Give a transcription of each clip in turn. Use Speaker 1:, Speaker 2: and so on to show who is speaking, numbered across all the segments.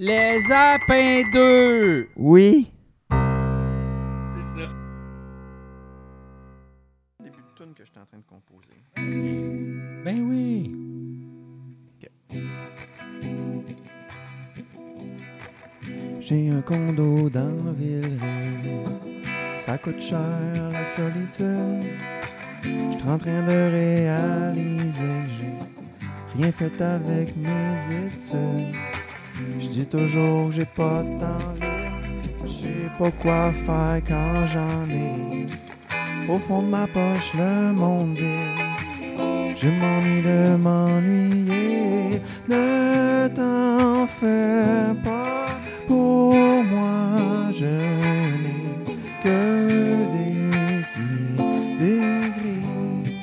Speaker 1: Les Apins 2!
Speaker 2: Oui.
Speaker 1: C'est ça.
Speaker 3: début de tune que j'étais en train de composer.
Speaker 1: Ben oui.
Speaker 2: J'ai un condo dans Villeray. Ça coûte cher la solitude. Je suis en train de réaliser que j'ai rien fait avec mes études. Je dis toujours que j'ai pas de temps libre. Je sais pas quoi faire quand j'en ai. Au fond de ma poche, le monde vide. Je m'ennuie de m'ennuyer. Ne t'en fais pas pour moi, je n'ai que des idées grises.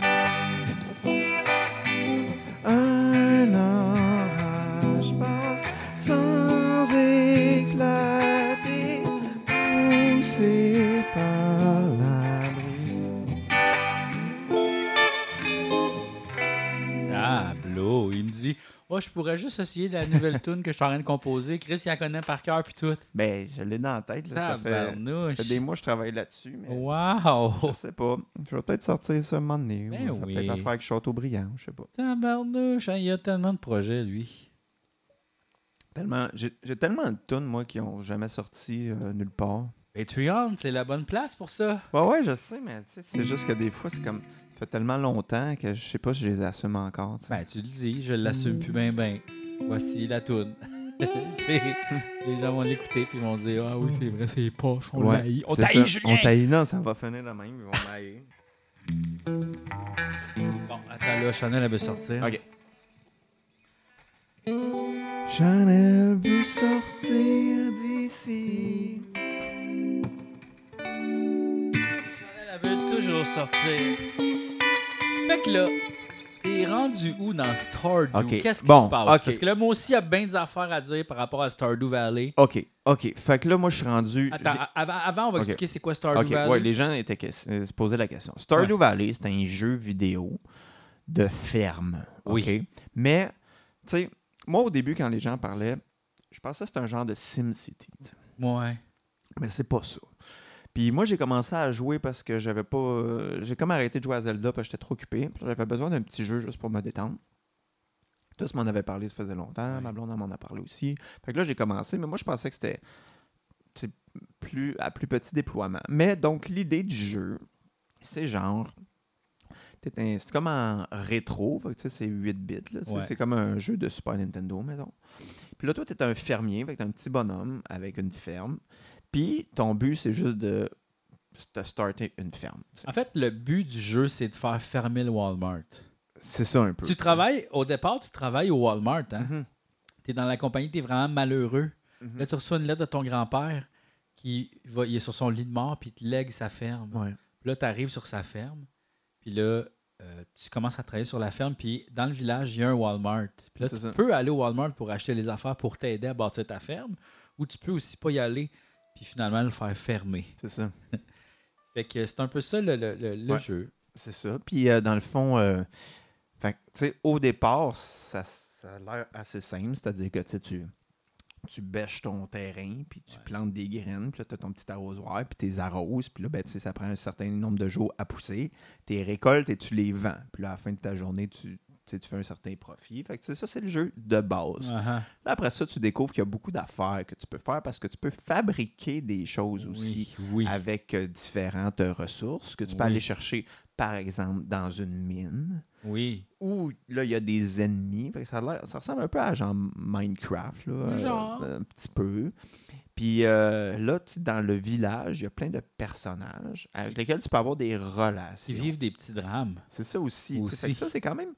Speaker 2: Un orage passe sans éclater, poussé par la brise.
Speaker 1: Tableau. Il me dit Oh, je pourrais juste essayer de la nouvelle tune que je suis en train de composer. Chris, il la connaît par cœur, puis tout.
Speaker 3: Ben, je l'ai dans la tête, là, ça fait,
Speaker 1: Tabarnouche.
Speaker 3: ça fait des mois que je travaille là-dessus, mais je
Speaker 1: Wow!
Speaker 3: sais pas. Je vais peut-être sortir ça un moment donné. ou
Speaker 1: Oh. Ben
Speaker 3: je vais
Speaker 1: oui.
Speaker 3: peut-être la faire avec Chateaubriand, je sais pas.
Speaker 1: Tabarnouche, hein, il y a tellement de projets, lui.
Speaker 3: Tellement, j'ai j'ai tellement de tunes, moi, qui ont jamais sorti euh, nulle part.
Speaker 1: Patreon, c'est la bonne place pour ça.
Speaker 3: Ouais, ouais, je sais, mais tu sais, c'est juste que des fois, c'est comme, ça fait tellement longtemps que je sais pas si je les assume encore, tu sais.
Speaker 1: Ben, tu le dis, je l'assume plus ben ben. Voici la toune. Tu sais, les gens vont l'écouter puis vont dire Ah oui, c'est vrai, c'est poche, on
Speaker 3: Ouais,
Speaker 1: l'a haït. On
Speaker 3: c'est
Speaker 1: t'haït,
Speaker 3: ça.
Speaker 1: Julien!
Speaker 3: On taille, non, ça va finir de même, ils vont m'haïr.
Speaker 1: Bon, attends, là, Chanel, elle veut sortir.
Speaker 3: Ok.
Speaker 2: Chanel veut sortir d'ici.
Speaker 1: Chanel, elle veut toujours sortir. Fait que là, t'es rendu où dans Stardew?
Speaker 3: Ok,
Speaker 1: Qu'est-ce qui
Speaker 3: bon,
Speaker 1: se passe?
Speaker 3: ok.
Speaker 1: Parce que là, moi aussi, il y a bien des affaires à dire par rapport à Stardew Valley.
Speaker 3: OK, OK. Fait que là, moi, je suis rendu...
Speaker 1: Attends,
Speaker 3: j'ai-
Speaker 1: a- avant, avant, on va
Speaker 3: Ok.
Speaker 1: expliquer c'est quoi Stardew
Speaker 3: OK,
Speaker 1: Valley.
Speaker 3: ouais, les gens étaient que- euh, se posaient la question. Stardew Valley, c'est un jeu vidéo de ferme.
Speaker 1: Oui.
Speaker 3: OK? Mais, tu sais, moi, au début, quand les gens parlaient, je pensais que c'était un genre de SimCity. tu sais.
Speaker 1: Ouais.
Speaker 3: Mais c'est pas ça. Puis moi, j'ai commencé à jouer parce que j'avais pas. euh, J'ai comme arrêté de jouer à Zelda parce que j'étais trop occupé. Puis J'avais besoin d'un petit jeu juste pour me détendre. Tous m'en avaient parlé, ça faisait longtemps. Ma blonde elle m'en a parlé aussi. Fait que là, j'ai commencé, mais moi, je pensais que c'était tu sais, plus, à plus petit déploiement. Mais donc, l'idée du jeu, c'est genre. t'es un- C'est comme en rétro, fait que, tu sais, c'est 8 bits. là, tu sais,
Speaker 1: Ouais.
Speaker 3: C'est comme un jeu de Super Nintendo, mettons. Puis là, toi, t'es un fermier, fait que t'es un petit bonhomme avec une ferme. Puis ton but, c'est juste de te starter une ferme. tu sais.
Speaker 1: En fait, le but du jeu, c'est de faire fermer le Walmart.
Speaker 3: C'est ça un peu.
Speaker 1: Tu travailles, au départ, tu travailles au Walmart. Hein? Mm-hmm.
Speaker 3: Mhm.
Speaker 1: Tu es dans la compagnie, tu es vraiment malheureux.
Speaker 3: Mhm.
Speaker 1: Là, tu reçois une lettre de ton grand-père qui va, il est sur son lit de mort, puis il te lègue sa ferme.
Speaker 3: Ouais.
Speaker 1: Puis Là, tu arrives sur sa ferme, puis là, euh, tu commences à travailler sur la ferme, puis dans le village, il y a un Walmart. Puis là,
Speaker 3: C'est
Speaker 1: tu
Speaker 3: ça.
Speaker 1: peux aller au Walmart pour acheter les affaires pour t'aider à bâtir ta ferme, ou tu peux aussi pas y aller, puis finalement le faire fermer.
Speaker 3: C'est ça.
Speaker 1: Fait que c'est un peu ça le, le- le- le
Speaker 3: Ouais.
Speaker 1: jeu.
Speaker 3: C'est ça. Puis euh, dans le fond, euh, fait que, tu sais, au départ, ça, ça a l'air assez simple. C'est-à-dire que tu sais, tu tu bêches ton terrain, puis tu plantes des graines, puis là, tu as ton petit arrosoir, puis tu les arroses, puis là, ben, tu sais, ça prend un certain nombre de jours à pousser. Tu les récoltes et tu les vends. Puis là, à la fin de ta journée, tu, tu sais, tu fais un certain profit. Fait que, tu sais, ça, c'est le jeu de base.
Speaker 1: Ah,
Speaker 3: Là, après ça, tu découvres qu'il y a beaucoup d'affaires que tu peux faire parce que tu peux fabriquer des choses aussi
Speaker 1: Oui, oui.
Speaker 3: avec euh, différentes euh, ressources que tu peux
Speaker 1: Oui.
Speaker 3: aller chercher, par exemple, dans une mine
Speaker 1: oui.
Speaker 3: où là, il y a des ennemis. Fait que ça, a l'air- ça ressemble un peu à genre Minecraft, là, euh,
Speaker 1: Genre.
Speaker 3: un petit peu. Puis euh, là, tu- dans le village, il y a plein de personnages avec lesquels tu peux avoir des
Speaker 1: Ils
Speaker 3: relations.
Speaker 1: vivent des petits drames.
Speaker 3: C'est ça aussi. tu sais. Fait que
Speaker 1: Aussi.
Speaker 3: ça, c'est quand même.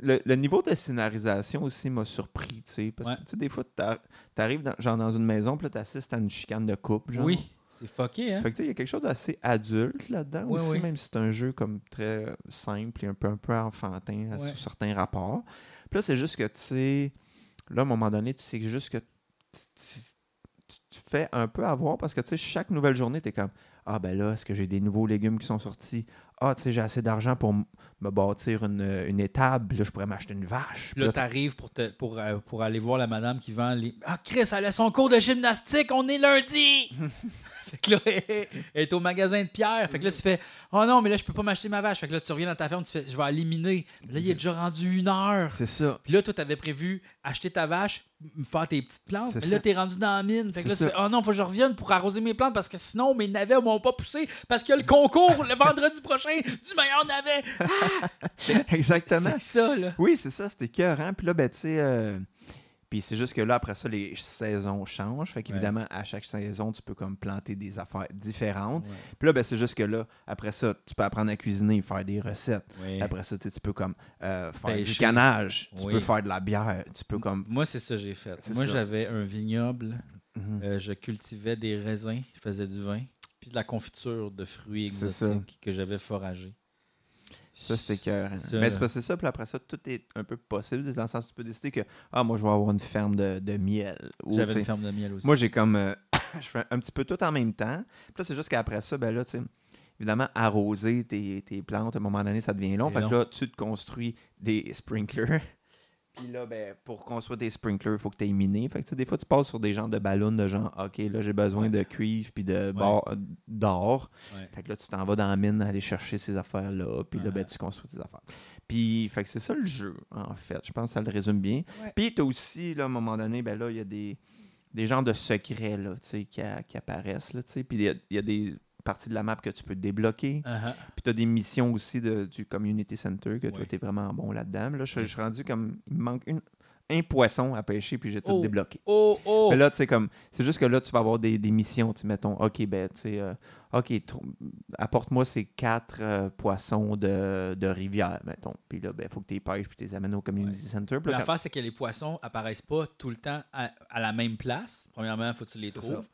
Speaker 3: Le, le niveau de scénarisation aussi m'a surpris. tu sais, Parce
Speaker 1: Ouais.
Speaker 3: que tu sais, des fois, t'ar- t'arrives dans, genre dans une maison, puis là, t'assistes à une chicane de couple. Genre.
Speaker 1: Oui, c'est fucké, hein?
Speaker 3: Fait que tu sais, il y a quelque chose d'assez adulte là-dedans
Speaker 1: Oui,
Speaker 3: aussi,
Speaker 1: oui.
Speaker 3: même si c'est un jeu comme très euh, simple et un peu, un peu enfantin à-
Speaker 1: Ouais.
Speaker 3: sous certains rapports. Puis là, c'est juste que tu sais, là, à un moment donné, tu sais juste que tu, tu- tu- tu fait un peu avoir parce que, tu sais, chaque nouvelle journée, tu es comme Ah, ben là, est-ce que j'ai des nouveaux légumes qui sont sortis Ah, tu sais, j'ai assez d'argent pour m- me bâtir une, une étable. Là, je pourrais m'acheter une vache.
Speaker 1: Puis là,
Speaker 3: Puis là,
Speaker 1: t'arrives pour, te- pour, euh, pour aller voir la madame qui vend les. Ah, Chris, elle a son cours de gymnastique, on est lundi! fait que là, elle est au magasin de pierre. Fait que là, tu fais Oh non, mais là, je peux pas m'acheter ma vache. Fait que là, tu reviens dans ta ferme, tu fais Je vais éliminer. Là, il est déjà rendu une heure.
Speaker 3: c'est ça.
Speaker 1: Puis là, toi, t'avais prévu acheter ta vache, m- faire tes petites plantes.
Speaker 3: C'est
Speaker 1: Mais
Speaker 3: ça.
Speaker 1: là, t'es rendu dans la mine. Fait que
Speaker 3: C'est
Speaker 1: là, tu
Speaker 3: ça.
Speaker 1: fais Oh non, faut que je revienne pour arroser mes plantes parce que sinon, mes navets m'ont pas poussé parce qu'il y a le concours le vendredi prochain du meilleur navet.
Speaker 3: Exactement.
Speaker 1: C'est ça, là.
Speaker 3: Oui, c'est ça, c'était écœurant. Puis là, ben, tu sais. euh, Puis c'est juste que là, après ça, les saisons changent. Fait qu'évidemment, à chaque saison, tu peux comme planter des affaires différentes. Puis là, ben, c'est juste que là, après ça, tu peux apprendre à cuisiner, faire des recettes.
Speaker 1: Oui.
Speaker 3: Après ça, tu sais, tu peux comme euh, faire du
Speaker 1: Pêcher.
Speaker 3: canage, tu
Speaker 1: Oui.
Speaker 3: peux faire de la bière, tu peux comme.
Speaker 1: Moi, c'est ça que j'ai fait.
Speaker 3: C'est
Speaker 1: Moi,
Speaker 3: ça.
Speaker 1: j'avais un vignoble.
Speaker 3: Mhm.
Speaker 1: Euh, je cultivais des raisins. Je faisais du vin. Puis de la confiture de fruits
Speaker 3: C'est ça.
Speaker 1: exotiques que j'avais foragé.
Speaker 3: Ça, c'était écœurant.
Speaker 1: Ça,
Speaker 3: Mais c'est parce que c'est ça, puis après ça, tout est un peu possible. Dans le sens, où tu peux décider que, ah, moi, je vais avoir une ferme de, de miel. Ou, tu
Speaker 1: J'avais
Speaker 3: sais,
Speaker 1: une ferme de miel aussi.
Speaker 3: Moi, j'ai comme. euh, je fais un petit peu tout en même temps. Puis là, c'est juste qu'après ça, ben là, tu sais, évidemment, arroser tes, tes plantes, à un moment donné, ça devient long.
Speaker 1: C'est
Speaker 3: Fait que
Speaker 1: long.
Speaker 3: là, tu te construis des sprinklers. Puis là, ben, pour construire des sprinklers, il faut que tu aies miné. Fait que, tu sais, des fois, tu passes sur des genres de ballons de genre, OK, là, j'ai besoin de cuivre puis de bord- d'or.
Speaker 1: Ouais.
Speaker 3: Fait que là, tu t'en vas dans la mine aller chercher ces affaires-là. Puis là, ben,
Speaker 1: Ouais.
Speaker 3: tu construis tes affaires. Puis, fait que c'est ça le jeu, en fait. Je pense que ça le résume bien.
Speaker 1: Ouais.
Speaker 3: Puis, t'as aussi, là, à un moment donné, ben là, il y a des, des genres de secrets, là, tu sais, qui, a- qui apparaissent, là, tu sais. Puis, il y a- il y, a des parties de la map que tu peux débloquer.
Speaker 1: Ah, ah.
Speaker 3: Puis, t'as des missions aussi de, du Community Center, que toi,
Speaker 1: Ouais.
Speaker 3: t'es vraiment bon là-dedans. Là, je je suis rendu comme, il me manque une, un poisson à pêcher, puis j'ai tout
Speaker 1: Oh.
Speaker 3: débloqué.
Speaker 1: Oh, oh!
Speaker 3: Mais là, tu sais, comme, c'est juste que là, tu vas avoir des, des missions, tu sais, mettons, OK, ben, tu sais, euh, OK, trou- apporte-moi ces quatre euh, poissons de, de rivière, mettons. Puis là, ben, faut que tu les pêches, puis tu les amènes au Community Center. Puis là, quand-
Speaker 1: L'affaire, c'est que les poissons apparaissent pas tout le temps à, à la même place. Premièrement, il faut que tu les
Speaker 3: C'est
Speaker 1: trouves.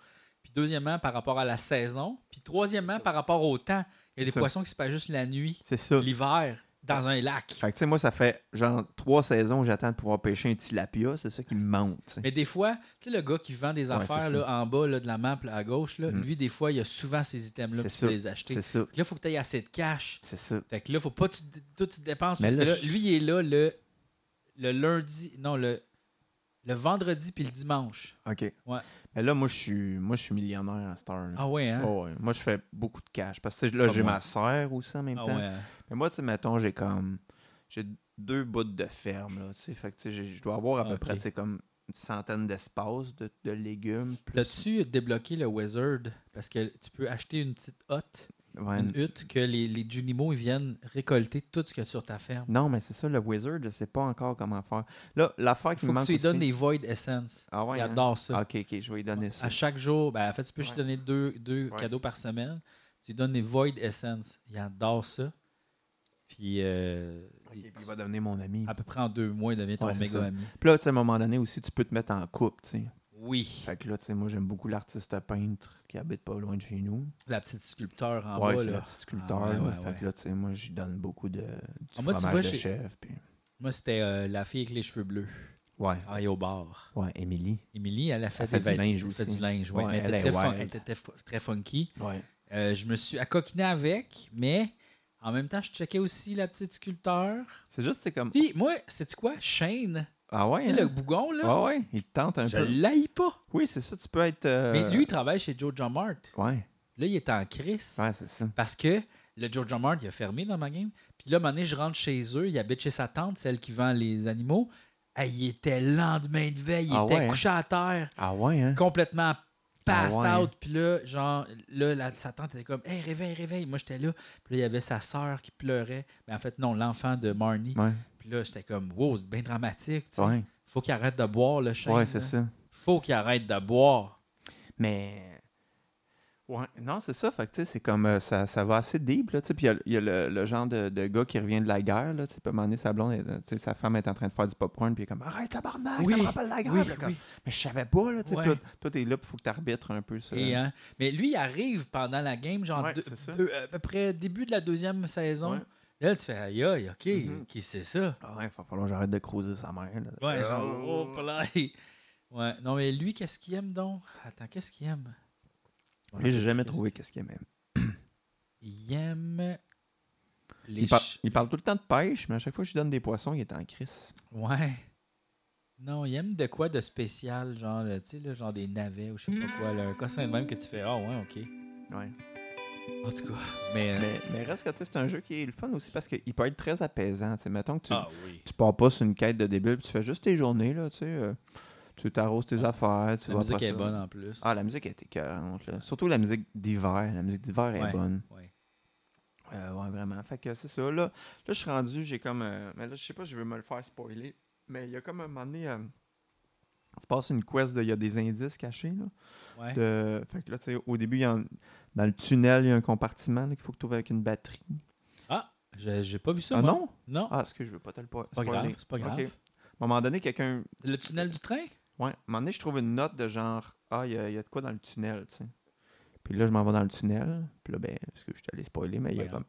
Speaker 1: Puis deuxièmement, par rapport à la saison. Puis troisièmement, par rapport au temps. Il y a des
Speaker 3: C'est ça.
Speaker 1: poissons qui se passent juste la nuit,
Speaker 3: c'est ça. Ah.
Speaker 1: l'hiver, dans un lac.
Speaker 3: Fait que, tu sais, moi, ça fait genre trois saisons que j'attends de pouvoir pêcher un tilapia. C'est ça qui me
Speaker 1: Ah,
Speaker 3: monte. tu sais.
Speaker 1: Mais des fois, tu sais, le gars qui vend des
Speaker 3: Ouais,
Speaker 1: affaires
Speaker 3: c'est ça.
Speaker 1: là, en bas là, de la map là, à gauche, là,
Speaker 3: Mm.
Speaker 1: lui, des fois, il a souvent ces items-là
Speaker 3: C'est
Speaker 1: pour
Speaker 3: ça.
Speaker 1: les acheter.
Speaker 3: C'est ça.
Speaker 1: Là, il faut que tu aies assez de cash.
Speaker 3: C'est ça.
Speaker 1: Fait que là, faut pas que tu, toi, tu te dépenses.
Speaker 3: Mais
Speaker 1: parce
Speaker 3: là,
Speaker 1: que là,
Speaker 3: je-
Speaker 1: lui, il est là le, le lundi, non, le, le vendredi puis le dimanche.
Speaker 3: OK.
Speaker 1: Ouais.
Speaker 3: Mais là, moi, je suis, moi, je suis millionnaire à cette heure.
Speaker 1: Ah ouais, hein?
Speaker 3: Moi, je fais beaucoup de cash. Parce que tu sais, là,
Speaker 1: Comme
Speaker 3: j'ai
Speaker 1: moi.
Speaker 3: ma sœur aussi en même
Speaker 1: Ah
Speaker 3: temps.
Speaker 1: ouais, hein?
Speaker 3: Mais moi, tu sais, mettons, j'ai comme. J'ai deux bouts de ferme, là. Tu sais, fait que, tu sais, j'ai- je dois avoir à peu
Speaker 1: Ah, Ok.
Speaker 3: près, tu sais, comme une centaine d'espaces de, de légumes. Plus...
Speaker 1: T'as-tu débloqué le Wizard? Parce que tu peux acheter une petite hotte,
Speaker 3: Ouais,
Speaker 1: une hutte, que les, les Junimos ils viennent récolter tout ce que tu as sur ta ferme.
Speaker 3: Non, mais c'est ça, le wizard, je sais pas encore comment faire. Là, l'affaire qui
Speaker 1: Il faut
Speaker 3: me
Speaker 1: que
Speaker 3: manque.
Speaker 1: tu lui
Speaker 3: aussi-
Speaker 1: donnes des Void Essence.
Speaker 3: Ah ouais,
Speaker 1: il
Speaker 3: hein?
Speaker 1: adore ça.
Speaker 3: Ah, Ok, ok, je vais lui donner ça.
Speaker 1: À chaque jour, ben, en fait, tu peux juste
Speaker 3: Ouais.
Speaker 1: donner deux, deux
Speaker 3: Ouais.
Speaker 1: cadeaux par semaine. Tu lui donnes des Void Essence. Il adore ça. Puis, euh,
Speaker 3: Ok, ben.
Speaker 1: il-
Speaker 3: puis il va devenir mon ami.
Speaker 1: à peu près en deux mois, il devient ton
Speaker 3: Ouais, c'est
Speaker 1: méga
Speaker 3: ça.
Speaker 1: ami.
Speaker 3: Puis là, tu sais, à un moment donné aussi, tu peux te mettre en couple, tu sais.
Speaker 1: Oui.
Speaker 3: Fait que là, tu sais, moi, j'aime beaucoup l'artiste peintre qui habite pas loin de chez nous.
Speaker 1: La petite sculpteur en
Speaker 3: ouais,
Speaker 1: bas.
Speaker 3: c'est
Speaker 1: là.
Speaker 3: le petit sculpteur.
Speaker 1: Ah ouais,
Speaker 3: là.
Speaker 1: ouais,
Speaker 3: fait
Speaker 1: ouais.
Speaker 3: que là, tu sais, moi, j'y donne beaucoup de, du
Speaker 1: Ah, moi, tu
Speaker 3: fromage
Speaker 1: vois,
Speaker 3: de
Speaker 1: j'ai-
Speaker 3: chef. Puis...
Speaker 1: Moi, c'était euh, la fille avec les cheveux bleus.
Speaker 3: Ouais,
Speaker 1: Travaille au bar.
Speaker 3: ouais, Émilie.
Speaker 1: Émilie, elle a fait,
Speaker 3: Elle fait
Speaker 1: des
Speaker 3: du
Speaker 1: vêtements,
Speaker 3: linge
Speaker 1: elle fait
Speaker 3: aussi.
Speaker 1: du linge, ouais,
Speaker 3: Ouais,
Speaker 1: mais elle,
Speaker 3: elle
Speaker 1: était
Speaker 3: est
Speaker 1: fun-
Speaker 3: wild.
Speaker 1: elle était f- très funky.
Speaker 3: Ouais.
Speaker 1: Euh, je me suis accoquiné avec, mais en même temps, je checkais aussi la petite sculpteur.
Speaker 3: C'est juste, c'est comme.
Speaker 1: Puis moi, c'est quoi? Shane,
Speaker 3: Ah ouais,
Speaker 1: tu sais,
Speaker 3: hein?
Speaker 1: le bougon, là,
Speaker 3: Ah ouais, il te tente un
Speaker 1: je
Speaker 3: peu.
Speaker 1: l'haïs pas.
Speaker 3: Oui, c'est ça, tu peux être. euh,
Speaker 1: Mais lui, il travaille chez Joe John Mart.
Speaker 3: Ouais,
Speaker 1: Là, il est en crise
Speaker 3: ouais, c'est ça.
Speaker 1: parce que le Joe John Mart, il a fermé dans ma game. Puis là, un moment donné, je rentre chez eux, il habite chez sa tante, celle qui vend les animaux. Ah, il était le lendemain de veille, il
Speaker 3: Ah
Speaker 1: était
Speaker 3: ouais, hein?
Speaker 1: couché à terre.
Speaker 3: Ah ouais, hein?
Speaker 1: complètement passed
Speaker 3: Ah ouais.
Speaker 1: out. Puis là, genre, là, la- sa tante était comme, hey, réveille, réveille. Moi, j'étais là. Puis là, il y avait sa sœur qui pleurait. Mais en fait, non, l'enfant de Marnie.
Speaker 3: Ouais,
Speaker 1: Puis là, j'étais comme, wow, c'est bien dramatique. tu sais.
Speaker 3: ouais,
Speaker 1: Faut qu'il arrête de boire, le chien.
Speaker 3: ouais, c'est
Speaker 1: là.
Speaker 3: ça.
Speaker 1: Faut qu'il arrête de boire.
Speaker 3: Mais. Ouais, non, c'est ça. Fait que, tu sais, c'est comme. euh, ça, ça va assez deep, là. tu sais. Puis il y a- il y a, le, le genre de, de gars qui revient de la guerre, là. Tu sais, puis à un moment donné, sa blonde, elle, tu sais, sa femme est en train de faire du popcorn, puis il est comme Arrête, tabarnak, ça
Speaker 1: Oui,
Speaker 3: me rappelle la guerre.
Speaker 1: oui,
Speaker 3: Puis là, comme,
Speaker 1: oui.
Speaker 3: Mais je savais pas, là. tu sais.
Speaker 1: Ouais.
Speaker 3: Puis là, Toi, t'es là, puis faut que t'arbitres un peu ça.
Speaker 1: Et, hein, mais lui, il arrive pendant la game, genre,
Speaker 3: Euh, Ouais,
Speaker 1: deux-
Speaker 3: c'est ça.
Speaker 1: deux- à peu près début de la deuxième saison.
Speaker 3: Ouais.
Speaker 1: Là, tu fais, aïe, aïe, OK,
Speaker 3: Mhm.
Speaker 1: OK, c'est ça.
Speaker 3: Ah ouais, il va falloir que j'arrête de croiser sa mère, là.
Speaker 1: Ouais, genre, oh, play. Ouais. Non, mais lui, qu'est-ce qu'il aime donc Attends, qu'est-ce qu'il aime
Speaker 3: Lui, j'ai jamais
Speaker 1: Qu'est-ce
Speaker 3: trouvé qu'est-ce qu'il aimait.
Speaker 1: Il aime les.
Speaker 3: Il, par-
Speaker 1: ch-
Speaker 3: il parle tout le temps de pêche, mais à chaque fois que je lui donne des poissons, il est en crise.
Speaker 1: Ouais. Non, il aime de quoi de spécial, genre, là, tu sais, là, genre des navets ou je sais pas quoi, là, un cossin de même que tu fais, ah ouais, ok.
Speaker 3: Ouais.
Speaker 1: Euh. En tout cas, mais. euh,
Speaker 3: Mais, mais reste que tu sais, c'est un jeu qui est le fun aussi parce qu'il peut être très apaisant. Tu sais, mettons que tu,
Speaker 1: Ah oui.
Speaker 3: tu pars pas sur une quête de début, puis tu fais juste tes journées, là, tu sais. euh, tu t'arroses tes affaires, tu
Speaker 1: Ah. La
Speaker 3: vas
Speaker 1: musique
Speaker 3: après
Speaker 1: est
Speaker 3: ça.
Speaker 1: bonne en plus.
Speaker 3: Ah, la musique est écœurante, là. Surtout la musique d'hiver. La musique d'hiver est
Speaker 1: Ouais.
Speaker 3: bonne.
Speaker 1: Ouais.
Speaker 3: Euh, ouais, vraiment. Fait que c'est ça. Là, là je suis rendu, j'ai comme. euh, mais là, je sais pas, si je veux me le faire spoiler. Mais il y a comme un moment donné. euh, tu passes une quest de. Il y a des indices cachés, là.
Speaker 1: Ouais.
Speaker 3: de- Fait que là, tu sais, au début, il y a un- dans le tunnel, il y a un compartiment là, qu'il faut que tu trouves avec une batterie.
Speaker 1: Ah, j'ai j'ai pas vu ça.
Speaker 3: ah
Speaker 1: moi.
Speaker 3: non?
Speaker 1: Non.
Speaker 3: Ah, est-ce que je veux pas te le po-
Speaker 1: pas grave,
Speaker 3: spoiler?
Speaker 1: c'est pas grave.
Speaker 3: Ok. À un moment donné, quelqu'un.
Speaker 1: Le tunnel du train
Speaker 3: Ouais, à un moment donné, je trouve une note de genre Ah, il y, a- il y a de quoi dans le tunnel, tu sais. Puis là, je m'en vais dans le tunnel. Puis là, ben, parce que je t'allais spoiler, mais il y, a
Speaker 1: Ouais.
Speaker 3: comme,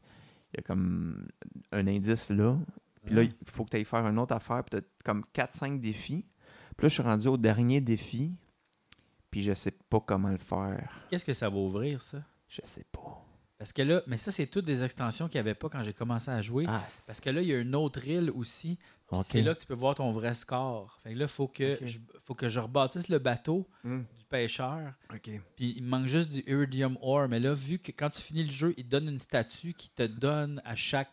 Speaker 3: il y a comme un indice là. Puis là, il faut que tu ailles faire une autre affaire. Puis t'as comme 4-5 défis. Puis là, je suis rendu au dernier défi. Puis je sais pas comment le faire.
Speaker 1: Qu'est-ce que ça va ouvrir, ça
Speaker 3: Je sais pas.
Speaker 1: Parce que là, mais ça, c'est toutes des extensions qu'il n'y avait pas quand j'ai commencé à jouer.
Speaker 3: Ah,
Speaker 1: Parce que là, il y a une autre île aussi. puis
Speaker 3: Ok.
Speaker 1: C'est là que tu peux voir ton vrai score. Fait que là, il faut, que
Speaker 3: Ok.
Speaker 1: je- faut que je rebâtisse le bateau
Speaker 3: Hmm,
Speaker 1: du pêcheur.
Speaker 3: ok.
Speaker 1: Puis il me manque juste du Iridium Ore. Mais là, vu que quand tu finis le jeu, il te donne une statue qui te donne à chaque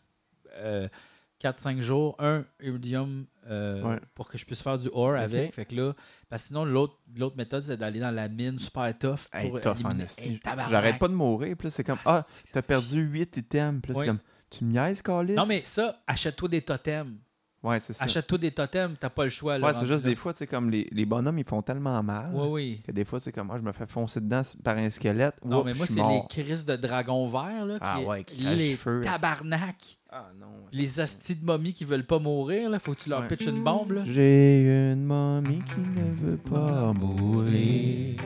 Speaker 1: 4-5 jours un Iridium euh,
Speaker 3: Ouais.
Speaker 1: pour que je puisse faire du Ore
Speaker 3: Ok.
Speaker 1: avec. Fait que là, parce que sinon, l'autre l'autre méthode, c'est d'aller dans la mine super tough.
Speaker 3: Hey,
Speaker 1: pour
Speaker 3: tough en
Speaker 1: éliminer-
Speaker 3: esti.
Speaker 1: Hey, tabarnak.
Speaker 3: J'arrête pas de mourir. Puis là, c'est comme Ah,
Speaker 1: c'est-
Speaker 3: t'as perdu 8 items. Puis là,
Speaker 1: Oui.
Speaker 3: c'est comme Tu me niaises, Calis?
Speaker 1: Non, mais ça, achète-toi des totems.
Speaker 3: Ouais, c'est ça.
Speaker 1: Achète-toi des totems, t'as pas le choix. là,
Speaker 3: Ouais, c'est
Speaker 1: rendu
Speaker 3: juste
Speaker 1: là.
Speaker 3: des fois, tu sais, comme les, les bonhommes, ils font tellement mal
Speaker 1: Ouais, oui.
Speaker 3: que des fois, c'est comme, ah, je me fais foncer dedans s- par un squelette.
Speaker 1: Non,
Speaker 3: Oups,
Speaker 1: mais moi,
Speaker 3: je
Speaker 1: c'est
Speaker 3: suis
Speaker 1: les
Speaker 3: mort.
Speaker 1: crises de dragon vert, là.
Speaker 3: Ah
Speaker 1: qui-
Speaker 3: ouais, qui crachent
Speaker 1: les
Speaker 3: du feu, là.
Speaker 1: tabarnak.
Speaker 3: Ah non.
Speaker 1: Les hosties de momies qui veulent pas mourir, là. Faut que tu leur
Speaker 3: Ouais.
Speaker 1: pitches une bombe, là.
Speaker 3: J'ai une mamie qui ne veut pas mourir.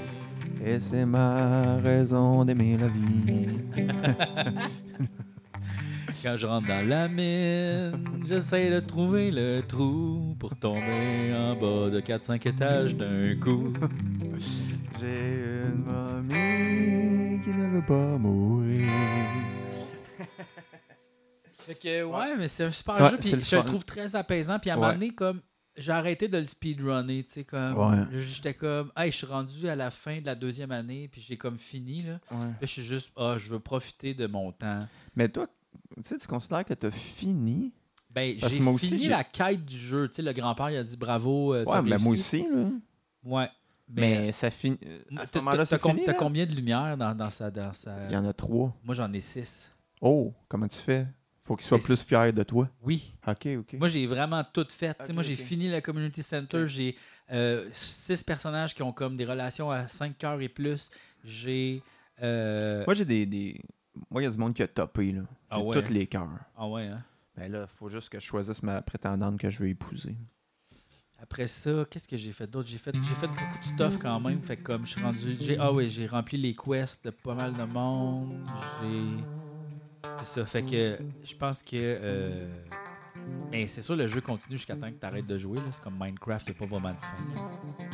Speaker 3: Et c'est ma raison d'aimer la vie.
Speaker 1: Quand je rentre dans la mine, j'essaie de trouver le trou pour tomber en bas de 4-5 étages d'un coup.
Speaker 3: J'ai une mamie qui ne veut pas mourir.
Speaker 1: Fait que, ouais, mais c'est un super
Speaker 3: Ouais,
Speaker 1: jeu. Puis
Speaker 3: c'est le
Speaker 1: je le
Speaker 3: fun.
Speaker 1: trouve très apaisant. Puis à un
Speaker 3: Ouais.
Speaker 1: moment donné, comme, j'ai arrêté de le speedrunner. Tu sais, comme,
Speaker 3: Ouais.
Speaker 1: j'étais comme, hey, je suis rendu à la fin de la deuxième année. Puis j'ai comme fini, là.
Speaker 3: Ouais.
Speaker 1: Là, je suis juste, ah, je veux profiter de mon temps.
Speaker 3: Mais toi, tu sais, tu considères que t'as fini.
Speaker 1: Ben,
Speaker 3: Parce
Speaker 1: j'ai
Speaker 3: que moi
Speaker 1: fini
Speaker 3: aussi, j'ai-
Speaker 1: la quête du jeu. Tu sais, le grand-père, il a dit bravo. euh, t'as
Speaker 3: Ouais, mais moi
Speaker 1: réussi.
Speaker 3: aussi, là.
Speaker 1: Ouais.
Speaker 3: Mais,
Speaker 1: Mais.
Speaker 3: ça finit.
Speaker 1: euh,
Speaker 3: À ce
Speaker 1: t'as-
Speaker 3: moment-là,
Speaker 1: t'as-
Speaker 3: c'est
Speaker 1: T'as com-
Speaker 3: fini.
Speaker 1: t'as euh,
Speaker 3: là?
Speaker 1: combien de lumière dans, dans sa. Dans sa...
Speaker 3: Il y en a trois.
Speaker 1: Moi, j'en ai six.
Speaker 3: Oh, comment tu fais? Faut qu'il soit
Speaker 1: C'est- euh,
Speaker 3: plus fier de toi.
Speaker 1: Oui.
Speaker 3: OK, OK.
Speaker 1: Moi, j'ai vraiment tout fait. Tu sais,
Speaker 3: Ok,
Speaker 1: moi, j'ai
Speaker 3: ok.
Speaker 1: fini le Community Center.
Speaker 3: Ok.
Speaker 1: J'ai euh, six personnages qui ont comme des relations à 5 heures et plus. J'ai. euh,
Speaker 3: Moi, j'ai des, des- Moi, il y a du monde qui a topé, là. J'ai
Speaker 1: Ah ouais,
Speaker 3: tous
Speaker 1: hein?
Speaker 3: les cœurs.
Speaker 1: Ah ouais, hein?
Speaker 3: Mais là, faut juste que je choisisse ma prétendante que je veux épouser.
Speaker 1: Après ça, qu'est-ce que j'ai fait d'autre? J'ai fait, j'ai fait beaucoup de stuff quand même. Fait que comme je suis rendu.
Speaker 3: Mm.
Speaker 1: J'ai, ah oui, j'ai rempli les quests de pas mal de monde. J'ai. C'est ça. Fait que je pense que. euh, Mais c'est sûr, le jeu continue jusqu'à temps que tu arrêtes de jouer. là. C'est comme Minecraft, il n'y a pas vraiment de fin.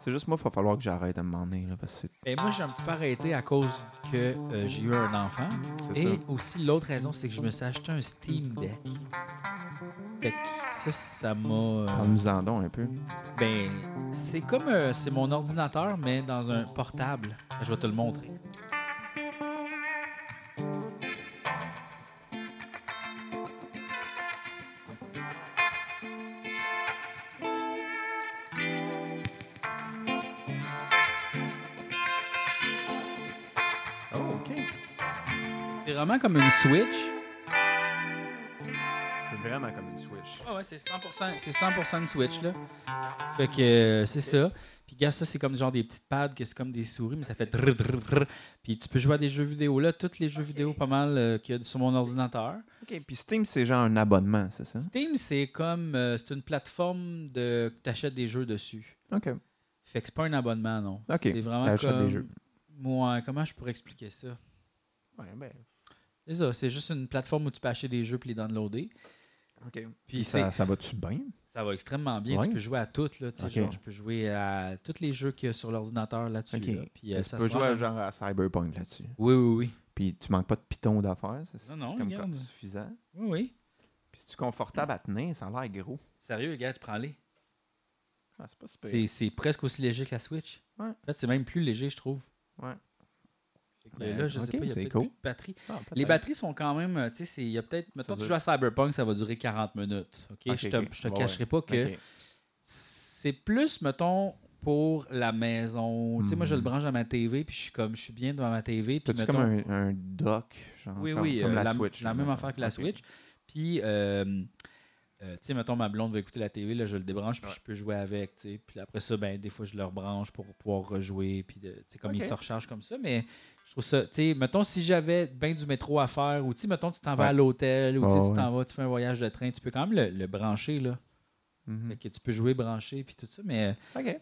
Speaker 3: C'est juste moi, il va falloir que j'arrête à un moment donné, là, parce que
Speaker 1: Et Ben, moi, j'ai un petit peu arrêté à cause que euh, j'ai eu un enfant.
Speaker 3: c'est- c'est
Speaker 1: Et
Speaker 3: ça.
Speaker 1: aussi, l'autre raison, c'est que je me suis acheté un Steam Deck. Fait que ça, ça m'a. euh,
Speaker 3: Parle-nous-en donc un peu.
Speaker 1: Ben, c'est comme euh, c'est mon ordinateur, mais dans un portable. Je vais te le montrer.
Speaker 3: Oh, OK.
Speaker 1: C'est vraiment comme une Switch.
Speaker 3: C'est vraiment comme une Switch.
Speaker 1: Ah ouais, c'est 100%, c'est 100% une Switch, là. Fait que euh, c'est ça. Puis, regarde, ça, c'est comme genre des petites pads, que c'est comme des souris, mais ça fait. drrr, drrr, drrr. Puis, tu peux jouer à des jeux vidéo, là, tous les jeux vidéo pas mal euh, qu'il y a sur mon ordinateur.
Speaker 3: OK, puis Steam, c'est genre un abonnement, c'est ça?
Speaker 1: Steam, c'est comme. euh, c'est une plateforme de. que t'achètes des jeux dessus.
Speaker 3: OK.
Speaker 1: Fait que c'est pas un abonnement, non.
Speaker 3: Ok,
Speaker 1: C'est vraiment
Speaker 3: t'achètes
Speaker 1: comme...
Speaker 3: des jeux.
Speaker 1: Ouais, comment je pourrais expliquer ça?
Speaker 3: Ouais, ben...
Speaker 1: C'est ça, c'est juste une plateforme où tu peux acheter des jeux puis les downloader.
Speaker 3: OK.
Speaker 1: Puis
Speaker 3: ça,
Speaker 1: c'est-
Speaker 3: ça va-tu bien?
Speaker 1: ça va extrêmement bien.
Speaker 3: Ouais.
Speaker 1: Tu peux jouer à toutes. Là, tu sais,
Speaker 3: Ok.
Speaker 1: genre, je peux jouer à tous les jeux qu'il y a sur l'ordinateur là-dessus.
Speaker 3: Ok.
Speaker 1: là. Puis, euh,
Speaker 3: Tu
Speaker 1: ça
Speaker 3: peux
Speaker 1: se
Speaker 3: jouer à,
Speaker 1: mange-
Speaker 3: genre à Cyberpunk là-dessus.
Speaker 1: Oui, oui, oui.
Speaker 3: Puis tu manques pas de pitons d'affaires. ça, C'est
Speaker 1: non,
Speaker 3: c'est comme
Speaker 1: regarde.
Speaker 3: quoi, suffisant.
Speaker 1: Oui, oui.
Speaker 3: Puis si tu confortable à tenir, ça a l'air gros.
Speaker 1: Sérieux, les gars, tu prends-les.
Speaker 3: Ah, c'est pas super.
Speaker 1: C'est, c'est presque aussi léger que la Switch.
Speaker 3: Ouais.
Speaker 1: En fait, c'est même plus léger, je trouve.
Speaker 3: Ouais.
Speaker 1: Fait que
Speaker 3: Ben,
Speaker 1: là, je sais
Speaker 3: ok,
Speaker 1: pas, il y a
Speaker 3: c'est
Speaker 1: peut-être
Speaker 3: cool.
Speaker 1: plus de batterie.
Speaker 3: Ah,
Speaker 1: Les
Speaker 3: peut-être.
Speaker 1: batteries sont quand même, euh, tu sais, c'est- il y a peut-être, mettons, tu
Speaker 3: dure.
Speaker 1: joues à Cyberpunk, ça va durer 40 minutes. OK?
Speaker 3: Ok,
Speaker 1: je te,
Speaker 3: ok.
Speaker 1: je te
Speaker 3: Ouais,
Speaker 1: cacherai pas que
Speaker 3: Ok.
Speaker 1: c'est plus, mettons, pour la maison. Tu sais, moi, je le
Speaker 3: Hmm.
Speaker 1: branche à ma TV, puis je suis comme, je suis bien devant ma TV. Puis,
Speaker 3: T'as-tu
Speaker 1: mettons,
Speaker 3: comme un, un dock, genre
Speaker 1: oui,
Speaker 3: comme,
Speaker 1: oui,
Speaker 3: comme
Speaker 1: euh,
Speaker 3: la,
Speaker 1: la,
Speaker 3: Switch?
Speaker 1: la
Speaker 3: là,
Speaker 1: même
Speaker 3: mettons.
Speaker 1: affaire que la
Speaker 3: Ok.
Speaker 1: Switch. Puis, euh, euh, tu sais, mettons, ma blonde va écouter la TV, là, je le débranche, puis
Speaker 3: Ouais.
Speaker 1: je peux jouer avec, tu sais. Puis après ça, ben, des fois, je le rebranche pour pouvoir rejouer, puis de- tu sais, comme
Speaker 3: Ok.
Speaker 1: il se recharge comme ça, mais je trouve ça, tu sais, mettons, si j'avais ben du métro à faire, ou tu sais, mettons, tu t'en vas
Speaker 3: Ouais.
Speaker 1: à l'hôtel, ou tu sais,
Speaker 3: Ouais,
Speaker 1: tu t'en vas, tu fais un voyage de train, tu peux quand même le, le brancher, là.
Speaker 3: Mhm.
Speaker 1: Fait que tu peux jouer branché, puis tout ça, mais euh,
Speaker 3: OK.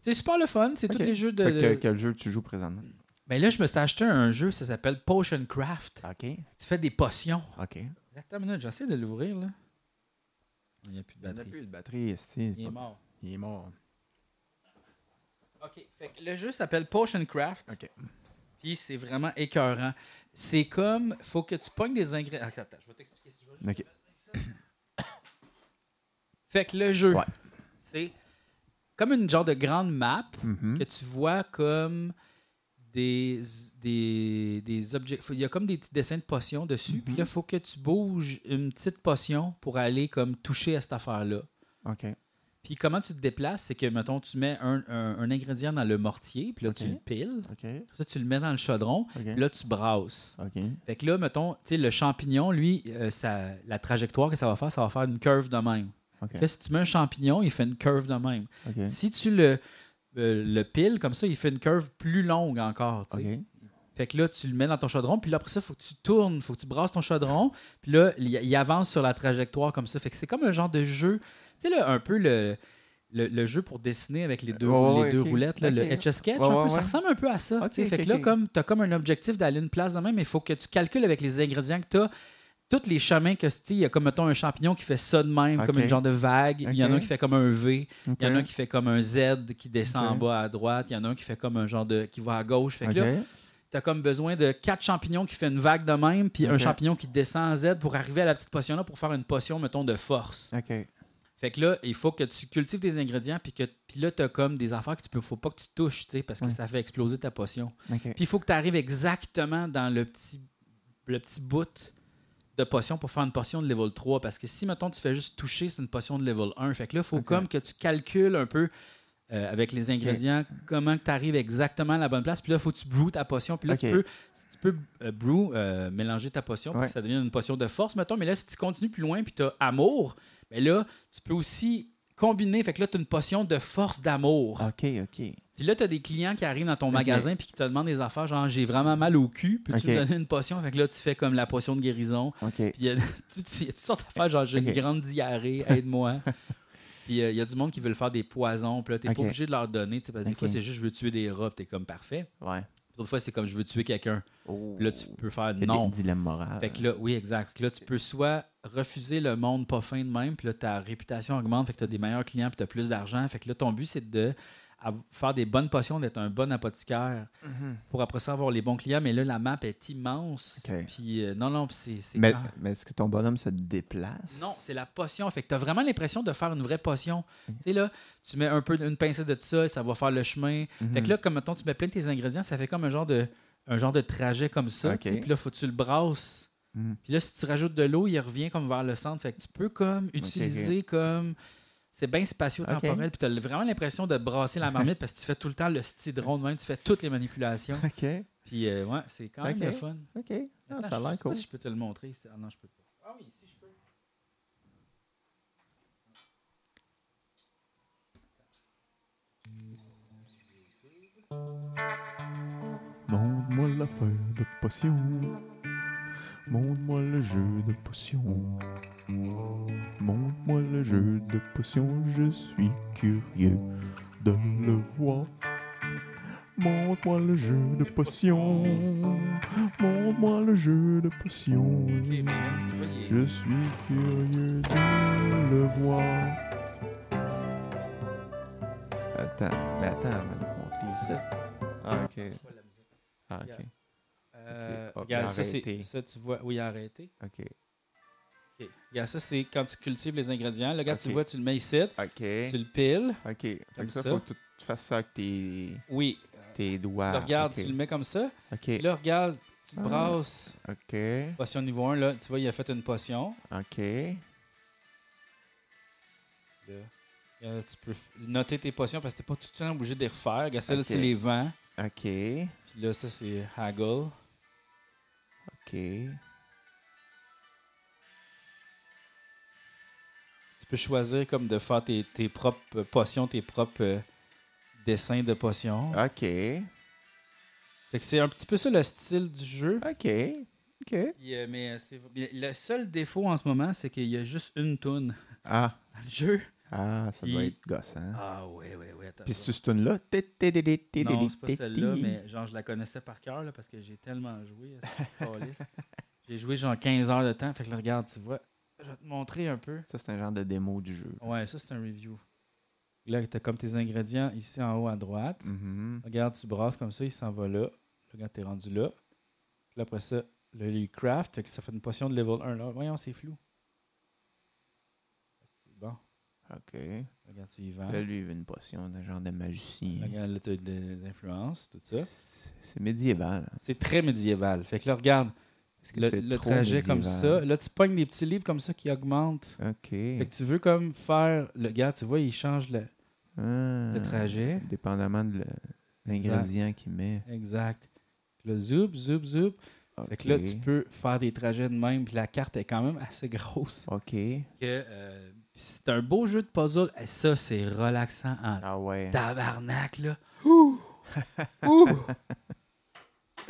Speaker 1: c'est super le fun, c'est
Speaker 3: Ok.
Speaker 1: tous les jeux de...
Speaker 3: Fait que,
Speaker 1: de-
Speaker 3: quel jeu tu joues présentement?
Speaker 1: Ben là, je me suis acheté un jeu, ça s'appelle Potion Craft.
Speaker 3: OK.
Speaker 1: Tu fais des potions.
Speaker 3: OK.
Speaker 1: Attends une minute, j'essaie de l'ouvrir là. Il n'y a plus de
Speaker 3: Il n'y a
Speaker 1: batterie.
Speaker 3: plus de batterie. c'est-
Speaker 1: Il est mort.
Speaker 3: Il est mort.
Speaker 1: OK. Fait que le jeu s'appelle Potion Craft.
Speaker 3: OK.
Speaker 1: Puis c'est vraiment écœurant. C'est comme. Faut que tu pognes des ingrédients. Attends, attends, je vais t'expliquer si je veux.
Speaker 3: OK.
Speaker 1: Fait que le jeu,
Speaker 3: Ouais.
Speaker 1: c'est comme une genre de grande map
Speaker 3: Mhm.
Speaker 1: que tu vois comme des, des, des objets. faut- Il y a comme des petits dessins de potions dessus. Puis
Speaker 3: Mhm.
Speaker 1: là, il faut que tu bouges une petite potion pour aller comme toucher à cette affaire-là.
Speaker 3: OK.
Speaker 1: Puis comment tu te déplaces, c'est que, mettons, tu mets un, un- un ingrédient dans le mortier, puis là, tu
Speaker 3: Ok.
Speaker 1: le piles.
Speaker 3: OK.
Speaker 1: Après Ça, tu le mets dans le chaudron,
Speaker 3: OK.
Speaker 1: puis là, tu brasses.
Speaker 3: OK.
Speaker 1: Fait que là, mettons, tu sais, le champignon, lui, euh, ça- la trajectoire que ça va faire, ça va faire une curve de même.
Speaker 3: OK.
Speaker 1: Là, si tu mets un champignon, il fait une curve de même.
Speaker 3: OK.
Speaker 1: Si tu le, euh, le piles comme ça, il fait une curve plus longue encore, tu sais.
Speaker 3: OK.
Speaker 1: Fait que là, tu le mets dans ton chaudron, puis là, après ça, faut que tu tournes, faut que tu brasses ton chaudron, puis là, il, il avance sur la trajectoire comme ça. Fait que c'est comme un genre de jeu, tu sais, là, un peu le, le, le jeu pour dessiner avec les deux,
Speaker 3: Euh, Ouais, ouais,
Speaker 1: les deux
Speaker 3: ok.
Speaker 1: roulettes, là, le
Speaker 3: Ok.
Speaker 1: etch a sketch,
Speaker 3: Ouais,
Speaker 1: un peu,
Speaker 3: ouais,
Speaker 1: ça
Speaker 3: ouais.
Speaker 1: ressemble un peu à ça.
Speaker 3: Ok,
Speaker 1: tu sais. fait
Speaker 3: ok,
Speaker 1: que là,
Speaker 3: ok.
Speaker 1: comme tu as comme un objectif d'aller une place de même, mais il faut que tu calcules avec les ingrédients que tu as. Tous les chemins que tu sais, il y a comme mettons un champignon qui fait ça de même, comme
Speaker 3: Ok.
Speaker 1: une genre de vague. Il y en a
Speaker 3: Ok.
Speaker 1: un qui fait comme un V.
Speaker 3: OK.
Speaker 1: Il y en a un qui fait comme un Z qui descend
Speaker 3: Ok.
Speaker 1: en bas à droite. Il y en a un qui fait comme un genre de. qui va à gauche. Fait que
Speaker 3: OK.
Speaker 1: là, T'as comme besoin de quatre champignons qui fait une vague de même, puis un
Speaker 3: Ok.
Speaker 1: champignon qui descend en Z pour arriver à la petite potion là pour faire une potion, mettons, de force.
Speaker 3: OK.
Speaker 1: Fait que là, il faut que tu cultives tes ingrédients, puis que puis là, t'as comme des affaires que tu peux, faut pas que tu touches, tu sais, parce que
Speaker 3: Ouais.
Speaker 1: ça fait exploser ta potion.
Speaker 3: OK.
Speaker 1: Puis il faut que tu arrives exactement dans le petit, le petit bout de potion pour faire une potion de level 3. Parce que si, mettons, tu fais juste toucher, c'est une potion de level 1. Fait que là, il faut
Speaker 3: Ok.
Speaker 1: comme que tu calcules un peu euh, avec les ingrédients comment que tu arrives exactement à la bonne place. Puis là, il faut que tu brews ta potion. Puis là, tu
Speaker 3: Ok.
Speaker 1: peux, si tu peux euh, brew, euh, mélanger ta potion pour
Speaker 3: Ouais.
Speaker 1: que ça devienne une potion de force, mettons. Mais là, si tu continues plus loin puis tu as amour, mais là, tu peux aussi combiner. Fait que là, tu as une potion de force d'amour.
Speaker 3: OK. OK.
Speaker 1: Puis là, tu as des clients qui arrivent dans ton magasin puis qui te demandent des affaires, genre j'ai vraiment mal au cul, peux-tu
Speaker 3: Ok.
Speaker 1: me donner une potion? Fait que là, tu fais comme la potion de guérison.
Speaker 3: OK.
Speaker 1: Puis il y, a toutes- il y a toutes sortes d'affaires, genre j'ai
Speaker 3: Ok.
Speaker 1: une grande diarrhée, aide-moi. puis euh, il y a du monde qui veut faire des poisons, puis là, t'es
Speaker 3: Ok.
Speaker 1: pas obligé de leur donner, tu sais, parce que des
Speaker 3: Ok.
Speaker 1: fois, c'est juste je veux tuer des rats, puis t'es comme parfait.
Speaker 3: Ouais.
Speaker 1: Puis D'autres fois, c'est comme je veux tuer quelqu'un.
Speaker 3: Oh.
Speaker 1: Puis là, tu peux faire
Speaker 3: Il y a
Speaker 1: non.
Speaker 3: des dilemmes moraux.
Speaker 1: Fait que là, oui, exact. Là, tu peux soit refuser le monde pas fin de même, puis là, ta réputation augmente, fait que tu as des meilleurs clients, puis tu as plus d'argent. Fait que là, ton but, c'est de av- faire des bonnes potions, d'être un bon apothicaire
Speaker 3: Mm-hmm.
Speaker 1: pour après ça avoir les bons clients. Mais là, la map est immense.
Speaker 3: Ok.
Speaker 1: Puis euh, non, non, puis c'est. c'est
Speaker 3: Mais,
Speaker 1: clair.
Speaker 3: mais est-ce que ton bonhomme se déplace?
Speaker 1: Non, c'est la potion. Fait que tu as vraiment l'impression de faire une vraie potion. Tu sais, là, tu mets un peu une pincée de ça, ça va faire le chemin.
Speaker 3: Mm-hmm.
Speaker 1: Fait que
Speaker 3: Hmm.
Speaker 1: là, comme mettons, tu mets plein de tes ingrédients, ça fait comme un genre de, un genre de trajet comme ça.
Speaker 3: Ok.
Speaker 1: tu sais, Puis là, faut que tu le brasses.
Speaker 3: Mhm.
Speaker 1: Puis là, si tu rajoutes de l'eau, il revient comme vers le centre. Fait que tu peux comme utiliser comme. C'est bien spatio-temporel. Puis tu as vraiment l'impression de brasser la marmite parce que tu fais tout le temps le stidron de même. Tu fais toutes les manipulations.
Speaker 3: OK.
Speaker 1: Puis euh, ouais, c'est quand même
Speaker 3: Ok.
Speaker 1: le fun.
Speaker 3: OK. Ah,
Speaker 1: Attends,
Speaker 3: ça a
Speaker 1: je
Speaker 3: l'air
Speaker 1: sais pas
Speaker 3: cool.
Speaker 1: si je peux te le montrer. Ah non, je peux pas. Ah oui, si je peux.
Speaker 2: Montre-moi l'affaire de potion. Montre-moi le jeu de potion. Montre-moi le jeu de potion. Je suis curieux de le voir. Montre-moi le jeu de potion. Montre-moi le jeu de potion.
Speaker 1: Ok, mais là, tu vois, il est-
Speaker 2: Je suis curieux de le voir.
Speaker 3: Attends, mais attends, on montre ici. Ah, ok. Ah, ok.
Speaker 1: Euh,
Speaker 3: Ok, hop, il
Speaker 1: regarde,
Speaker 3: a
Speaker 1: ça, c'est,
Speaker 3: arrêté.
Speaker 1: ça, tu vois. Oui, il a arrêté.
Speaker 3: Ok.
Speaker 1: Ok. Regarde, ça, c'est quand tu cultives les ingrédients. Là, regarde, tu
Speaker 3: Ok.
Speaker 1: vois, tu le mets ici,
Speaker 3: Ok.
Speaker 1: tu le piles.
Speaker 3: Ok. Fait que
Speaker 1: Comme
Speaker 3: ça,
Speaker 1: ça.
Speaker 3: faut que tu tu fasses ça avec tes,
Speaker 1: Oui.
Speaker 3: tes doigts.
Speaker 1: Là, regarde,
Speaker 3: ok.
Speaker 1: tu le mets comme ça.
Speaker 3: Ok.
Speaker 1: Ah, Et Là, regarde, tu
Speaker 3: Ah.
Speaker 1: brasses.
Speaker 3: Ok.
Speaker 1: Potion niveau 1, là, tu vois, il a fait une potion.
Speaker 3: Ok.
Speaker 1: Là, euh, tu peux f- noter tes potions parce que t'es pas tout le temps obligé de les refaire. Regarde, ça, là,
Speaker 3: Ok.
Speaker 1: tu les vends.
Speaker 3: Ok.
Speaker 1: Puis là, ça, c'est haggle.
Speaker 3: Ok.
Speaker 1: Tu peux choisir comme de faire tes, tes propres euh, potions, tes propres euh, dessins de potions.
Speaker 3: Ok.
Speaker 1: Fait que c'est un petit peu ça le style du jeu.
Speaker 3: Ok. Ok.
Speaker 1: Puis, euh, mais euh, c'est- mais le seul défaut en ce moment, c'est qu'il y a juste une toune
Speaker 3: Ah.
Speaker 1: dans le jeu.
Speaker 3: Ah, ça doit
Speaker 1: Puis-
Speaker 3: être gossant.
Speaker 1: Ah ouais, ouais, ouais. Attends,
Speaker 3: Puis
Speaker 1: ça.
Speaker 3: sur ce tune là
Speaker 1: non, c'est pas celle-là, mais genre je la connaissais par cœur là, parce que j'ai tellement joué à cette câlisse. J'ai joué genre 15 heures de temps, fait que là, regarde, tu vois. Je vais te montrer un peu.
Speaker 3: Ça, c'est un genre de démo du jeu.
Speaker 1: Ouais, ça c'est un review. Là, t'as comme tes ingrédients ici en haut à droite.
Speaker 3: Mhm.
Speaker 1: Regarde, tu brasses comme ça, il s'en va là. Regarde, t'es rendu là. Puis là, après ça, le lui craft, fait que ça fait une potion de level 1 là. Voyons, c'est flou. Bon,
Speaker 3: Ok.
Speaker 1: regarde, tu y vas.
Speaker 3: Là, lui, il veut une potion d'un genre de magicien.
Speaker 1: Regarde, là, t'as des influences, tout ça.
Speaker 3: C'est c'est médiéval. hein.
Speaker 1: C'est très médiéval. Fait que là, regarde,
Speaker 3: Est-ce que
Speaker 1: le,
Speaker 3: c'est
Speaker 1: le
Speaker 3: trop
Speaker 1: trajet comme ça.
Speaker 3: médiéval?
Speaker 1: Là, tu pognes des petits livres comme ça qui augmentent.
Speaker 3: Ok.
Speaker 1: Fait que tu veux comme faire. Le gars, tu vois, il change le.
Speaker 3: Ah.
Speaker 1: le trajet.
Speaker 3: Dépendamment de le- l'ingrédient qu'il met.
Speaker 1: Exact. Là, zoup, zoup, zoup. Fait que là,
Speaker 3: Ok.
Speaker 1: tu peux faire des trajets de même. Puis la carte est quand même assez grosse.
Speaker 3: Ok.
Speaker 1: que, euh, pis c'est un beau jeu de puzzle. Et ça, c'est relaxant en
Speaker 3: Ah ouais.
Speaker 1: tabarnak, là. Ouh! Ouh!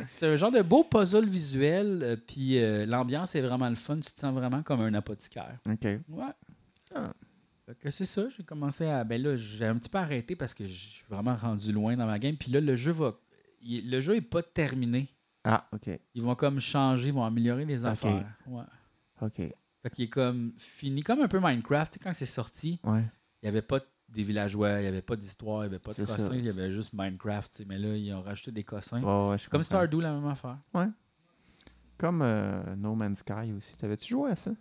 Speaker 1: C'est un genre de beau puzzle visuel, euh, puis euh, l'ambiance est vraiment le fun. Tu te sens vraiment comme un apothicaire.
Speaker 3: Ok.
Speaker 1: Ouais.
Speaker 3: Ah.
Speaker 1: Fait que c'est ça, j'ai commencé à. Ben là, j'ai un petit peu arrêté parce que je suis vraiment rendu loin dans ma game. Puis là, le jeu va. il- le jeu est pas terminé.
Speaker 3: Ah, ok.
Speaker 1: Ils vont comme changer, ils vont améliorer les affaires. Ouais.
Speaker 3: Ok.
Speaker 1: Fait qu'il est comme fini, comme un peu Minecraft, tu sais, quand c'est sorti.
Speaker 3: Ouais.
Speaker 1: il n'y avait pas des villageois, il n'y avait pas d'histoire, il n'y avait pas de
Speaker 3: C'est ça.
Speaker 1: cossins, il y avait juste Minecraft. tu sais, Mais là, ils ont rajouté des cossins.
Speaker 3: Ouais, ouais, je
Speaker 1: Comme
Speaker 3: comprends.
Speaker 1: Stardew, la même affaire.
Speaker 3: Comme euh, No Man's Sky aussi. T'avais-tu joué à ça?